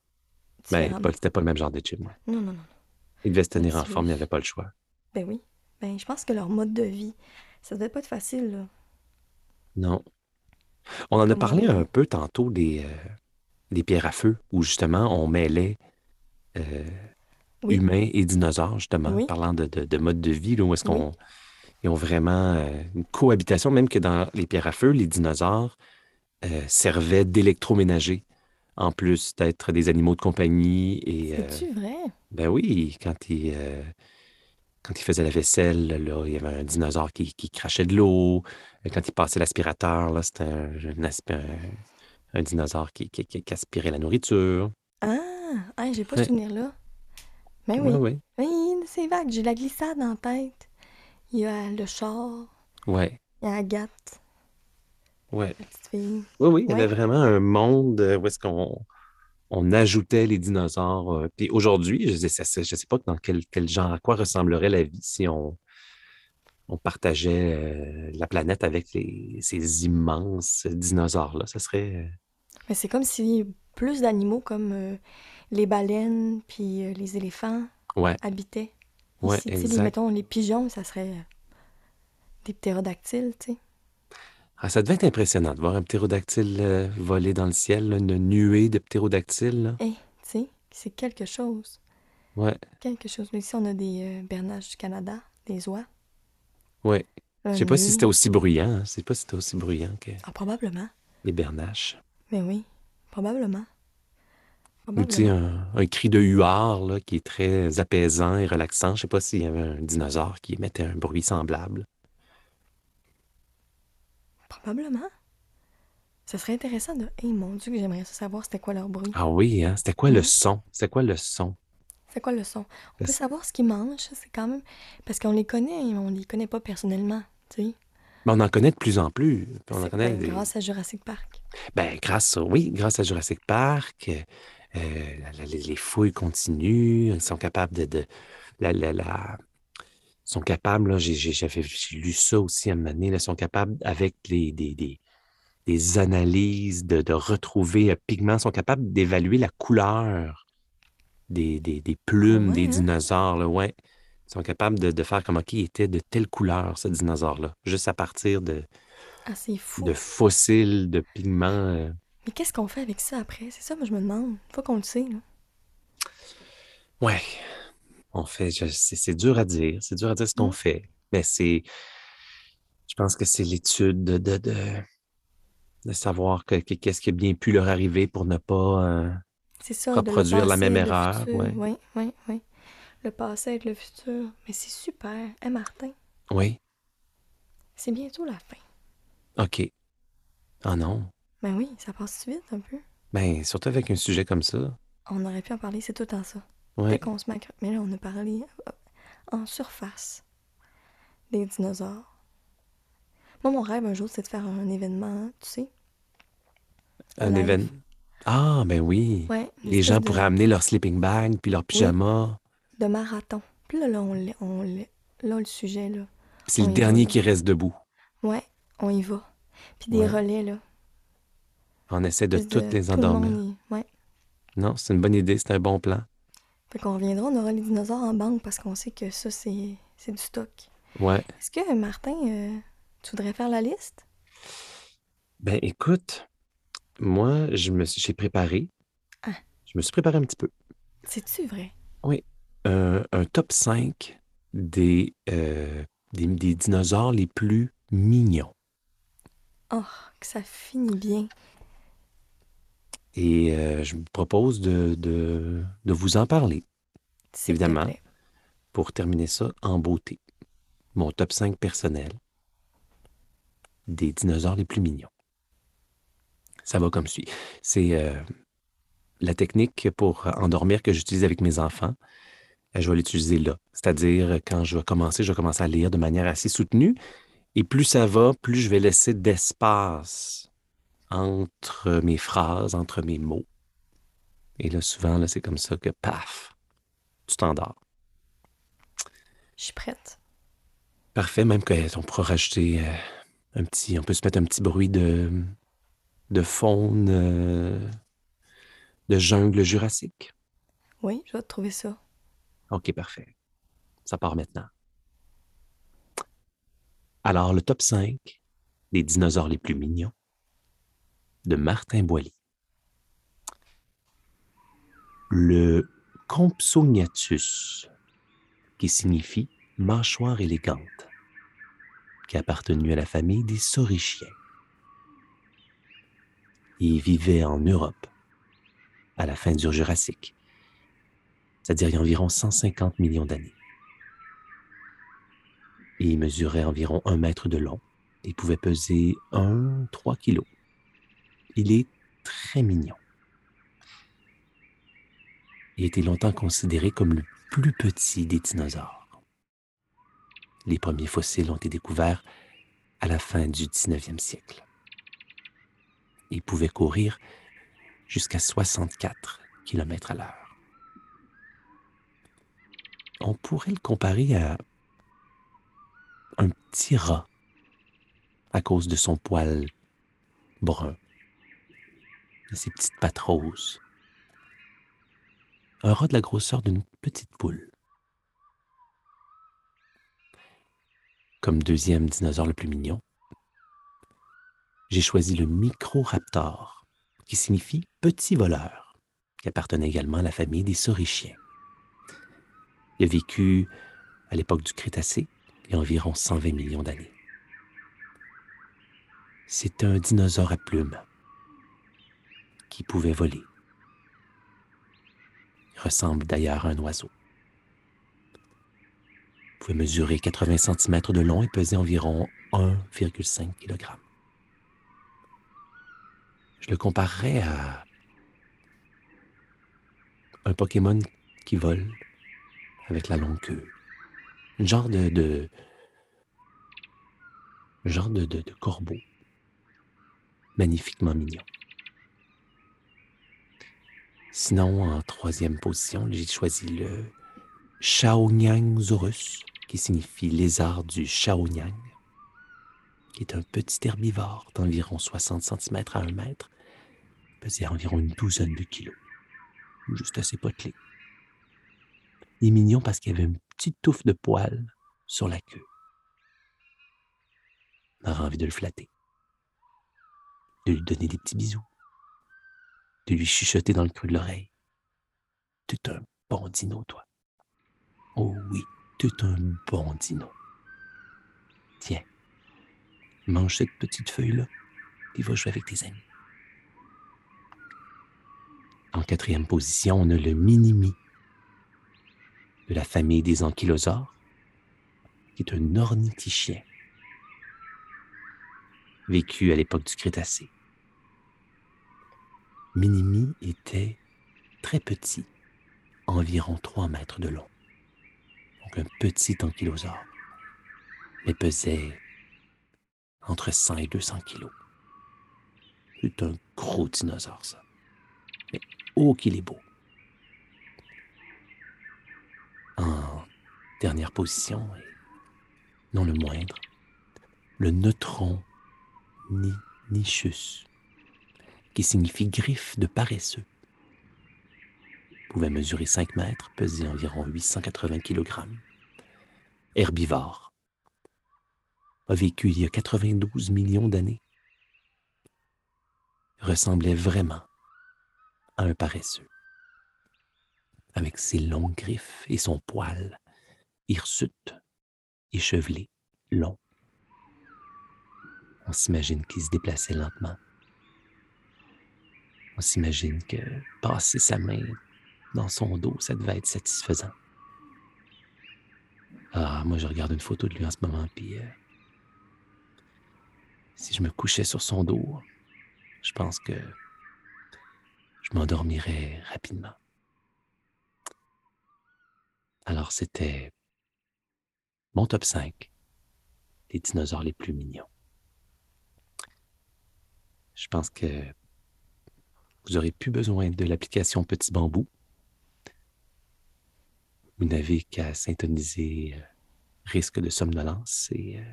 ben,
Différents.
pas- c'était pas le même genre de gym. ouais.
Non, non, non.
Ils devaient se tenir en
Nautilus.
forme, il n'y avait pas le choix.
Ben oui. Ben, je pense que leur mode de vie, ça devait pas être facile, là.
Non. On en a
Comme
parlé
on-
un peu tantôt des, euh, des pierres à feu, où justement, on mêlait... euh,
Oui.
humains et dinosaures, justement,
Oui.
parlant de, de- de mode de vie, là, où est-ce qu'on ils ont vraiment euh, une cohabitation, même que dans les pierres à feu, les dinosaures euh, servaient d'électroménager, en plus d'être des animaux de compagnie. Et, euh,
C'est-tu vrai?
ben oui, quand ils, euh, quand ils faisaient la vaisselle, là, il y avait un dinosaure qui, qui crachait de l'eau. Euh, Quand ils passaient l'aspirateur, là, c'était un, un aspi- un- un dinosaure qui, qui- qui- qui aspirait la nourriture.
Ah, ah, j'ai pas
Ouais.
ce souvenir-là. Mais
Ouais,
Eh oui.
ouais.
Oui, c'est vague. J'ai la glissade en tête. Il y a le char,
Ouais,
il y a Agathe,
ouais.
la petite fille.
Oui, oui, il y
Ouais.
avait vraiment un monde euh, où est-ce qu'on on ajoutait les dinosaures. euh, Puis aujourd'hui, je ne sais, ça- je sais pas dans quel, quel genre, à quoi ressemblerait la vie si on, on partageait euh, la planète avec les, ces immenses dinosaures-là. Ça serait... euh,
Mais c'est comme si plus d'animaux comme euh, les baleines puis euh, les éléphants
Ouais,
habitaient.
ouais,
ici, tu sais, les,
exact.
mettons, les pigeons, ça serait euh, des ptérodactyles, tu sais.
Ah, ça devait être impressionnant de voir un ptérodactyle euh, voler dans le ciel, là, une nuée de ptérodactyles. là.
Hé, tu sais, c'est quelque chose.
Ouais,
Quelque chose. Mais ici, on a des euh, bernages du Canada, des oies.
ouais.
Un
Je sais pas si
lion.
c'était aussi bruyant. hein. Je sais pas si c'était aussi bruyant que
Ah, probablement.
les bernaches.
Mais oui, probablement.
Ou tu sais, un, un cri de huard là, qui est très apaisant et relaxant. Je ne sais pas s'il y avait un dinosaure qui émettait un bruit semblable.
Probablement. Ce serait intéressant de. Hey, mon Dieu, que j'aimerais ça savoir c'était quoi leur bruit.
Ah oui, hein? C'était quoi
Mhm.
le son? C'était quoi le son?
C'est quoi le son? On peut
Parce-
savoir ce qu'ils mangent, ça, c'est quand même. Parce qu'on les connaît, mais on les connaît pas personnellement, tu sais.
Ben, on en connaît de plus en plus. Puis On en
C'est
connaît
ben,
des-
grâce à Jurassic Park.
Ben, grâce, oui, grâce à Jurassic Park, euh, euh, la- la- les, les fouilles continuent, ils sont capables de... de- la, la- la- ils sont capables, là, j'ai, j'ai- j'avais- j'ai lu ça aussi à un moment donné, là, ils sont capables, avec les, des, des- des analyses, de, de retrouver un pigment, ils sont capables d'évaluer la couleur des, des- des plumes
ouais,
des
hein?
dinosaures, là, ouais. Ils sont capables de, de faire comme, OK, il était de telle couleur, ce dinosaure-là, juste à partir de,
Ah, c'est fou.
de fossiles, de pigments... euh,
Mais qu'est-ce qu'on fait avec ça après? C'est ça, moi, je me demande. Une fois qu'on le sait, là.
Ouais, on fait, je- c'est c'est dur à dire, c'est dur à dire ce qu'on
Mm.
fait, mais c'est, je pense que c'est l'étude de, de, de, de savoir que- que- qu'est-ce qui a bien pu leur arriver pour ne pas. euh,
C'est ça,
Reproduire
de le
la
passé,
même
le
erreur,
futur.
ouais.
Oui, oui, oui. Le passé avec le futur. Mais c'est super. Hein, Martin?
Oui,
C'est bientôt la fin.
OK. Ah non.
Ben oui, ça passe vite un peu.
Ben, surtout avec un sujet comme ça.
On aurait pu en parler, c'est tout le temps ça. Dès
Ouais.
qu'on se macre. Mais là, on a parlé euh, en surface des dinosaures. Moi, mon rêve un jour, c'est de faire un événement, hein, tu sais.
Un
live.
événement. Ah, ben oui.
Ouais. une
Les gens
espèce de-
pourraient amener leur sleeping bag puis leur pyjama.
De marathon. Puis là, là, on, l'est- on l'est- là, le sujet, là.
C'est le
Oui,
dernier
oui.
qui reste debout.
Ouais, on y va. Puis des
Ouais.
relais, là.
On essaie de
Plus
toutes les
tout le monde
endormir.
y- Ouais.
Non, c'est une bonne idée, c'est un bon plan.
Fait qu'on reviendra, on aura les dinosaures en banque parce qu'on sait que ça, c'est c'est du stock.
Ouais.
Est-ce que, Martin, euh, tu voudrais faire la liste?
Ben écoute, moi, je me suis- j'ai préparé.
Ah.
Je me suis préparé un petit peu.
C'est-tu vrai?
Un, un top 5 des, euh, des, des dinosaures les plus mignons.
Oh, que ça finit bien.
Et euh, je vous propose de, de, de vous en parler
s'il te
Évidemment.
plaît.
pour terminer ça en beauté. Mon top 5 personnel des dinosaures les plus mignons. Ça va comme suit. C'est euh, la technique pour endormir que j'utilise avec mes enfants. Euh, Je vais l'utiliser là. C'est-à-dire, euh, quand je vais commencer, je vais commencer à lire de manière assez soutenue. Et plus ça va, plus je vais laisser d'espace entre mes phrases, entre mes mots. Et là, souvent, là, c'est comme ça que, paf, tu t'endors.
Je suis prête.
Parfait, même qu'on pourra rajouter euh, un petit... On peut se mettre un petit bruit de, de faune, euh, de jungle jurassique.
Oui, je vais te trouver ça.
OK, parfait. Ça part maintenant. Alors, le top 5 des dinosaures les plus mignons de Martin Boily. Le Compsognathus, qui signifie mâchoire élégante, qui a appartenu à la famille des saurichiens. Il vivait en Europe à la fin du Jurassique c'est-à-dire il y a environ 150 millions d'années. Et il mesurait environ un mètre de long. Il pouvait peser 1-3 kilos. Il est très mignon. Il était longtemps considéré comme le plus petit des dinosaures. Les premiers fossiles ont été découverts à la fin du 19e siècle. Il pouvait courir jusqu'à 64 km à l'heure on pourrait le comparer à un petit rat à cause de son poil brun, de ses petites pattes roses. Un rat de la grosseur d'une petite poule. Comme deuxième dinosaure le plus mignon, j'ai choisi le Microraptor, qui signifie petit voleur, qui appartenait également à la famille des saurichiens. Il a vécu à l'époque du Crétacé, il y a environ 120 millions d'années. C'est un dinosaure à plumes qui pouvait voler, Il ressemble d'ailleurs à un oiseau. Il pouvait mesurer 80 cm de long et peser environ 1,5 kg. Je le comparerais à un Pokémon qui vole avec la longue queue. Un genre de, de un genre de, de, de corbeau magnifiquement mignon. Sinon, en troisième position, j'ai choisi le Shaonyang Zorus, qui signifie lézard du Shaonyang, qui est un petit herbivore d'environ 60 cm à 1 mètre, pesait environ une douzaine de kilos, juste assez potelé. Il est mignon parce qu'il y avait une petite touffe de poils sur la queue. On aurait envie de le flatter, de lui donner des petits bisous, de lui chuchoter dans le creux de l'oreille. Tu es un bon dino, toi. Oh oui, tu es un bon dino. Tiens, mange cette petite feuille-là et va jouer avec tes amis. En quatrième position, on a le minimi de la famille des ankylosaures, qui est un ornithichien vécu à l'époque du Crétacé. Minimi était très petit, environ 3 mètres de long. Donc un petit ankylosaure, mais pesait entre 100 et 200 kilos. C'est un gros dinosaure, ça. Mais oh qu'il est beau. En dernière position, et non le moindre, le neutron ni nichus, qui signifie griffe de paresseux. Pouvait mesurer 5 mètres, peser environ 880 kg. Herbivore. A vécu il y a 92 millions d'années. Ressemblait vraiment à un paresseux. Avec ses longues griffes et son poil hirsute, échevelé, long. On s'imagine qu'il se déplaçait lentement. On s'imagine que passer sa main dans son dos, ça devait être satisfaisant. Ah, moi, je regarde une photo de lui en ce moment, puis euh, si je me couchais sur son dos, je pense que je m'endormirais rapidement. Alors, c'était mon top 5 des dinosaures les plus mignons je pense que vous n'aurez plus besoin de l'application Petit Bambou. Vous n'avez qu'à syntoniser euh, risque de somnolence et euh,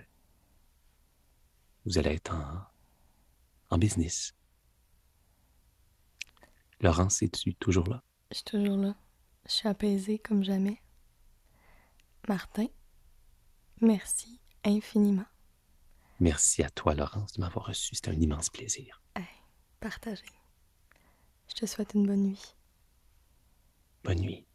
vous allez être en, en business. Laurence, es-tu toujours là?
Je suis toujours là. Je suis apaisée comme jamais. Martin, merci infiniment.
Merci à toi, Laurence, de m'avoir reçu. C'était un immense plaisir.
Hey, partagez. Je te souhaite une bonne nuit.
Bonne nuit.